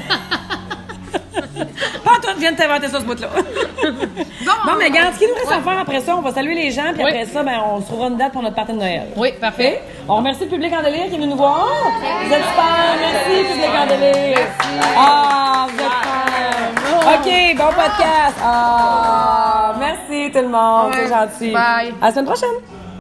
Speaker 2: Pas toi, tu viens de t'inventer ça, ce bout-là. Bon, mais regarde, ce qu'il nous reste à faire après ça, on va saluer les gens, puis
Speaker 1: Oui.
Speaker 2: après ça, ben, on se trouvera une date pour notre partie de Noël.
Speaker 1: Oui, parfait.
Speaker 2: On remercie le public en délire qui est venu nous voir. Vous êtes super. Merci, public en délire. Ah, vous êtes super. OK, bon podcast. Ah, merci tout le monde. C'est gentil.
Speaker 1: Bye.
Speaker 2: À la semaine prochaine.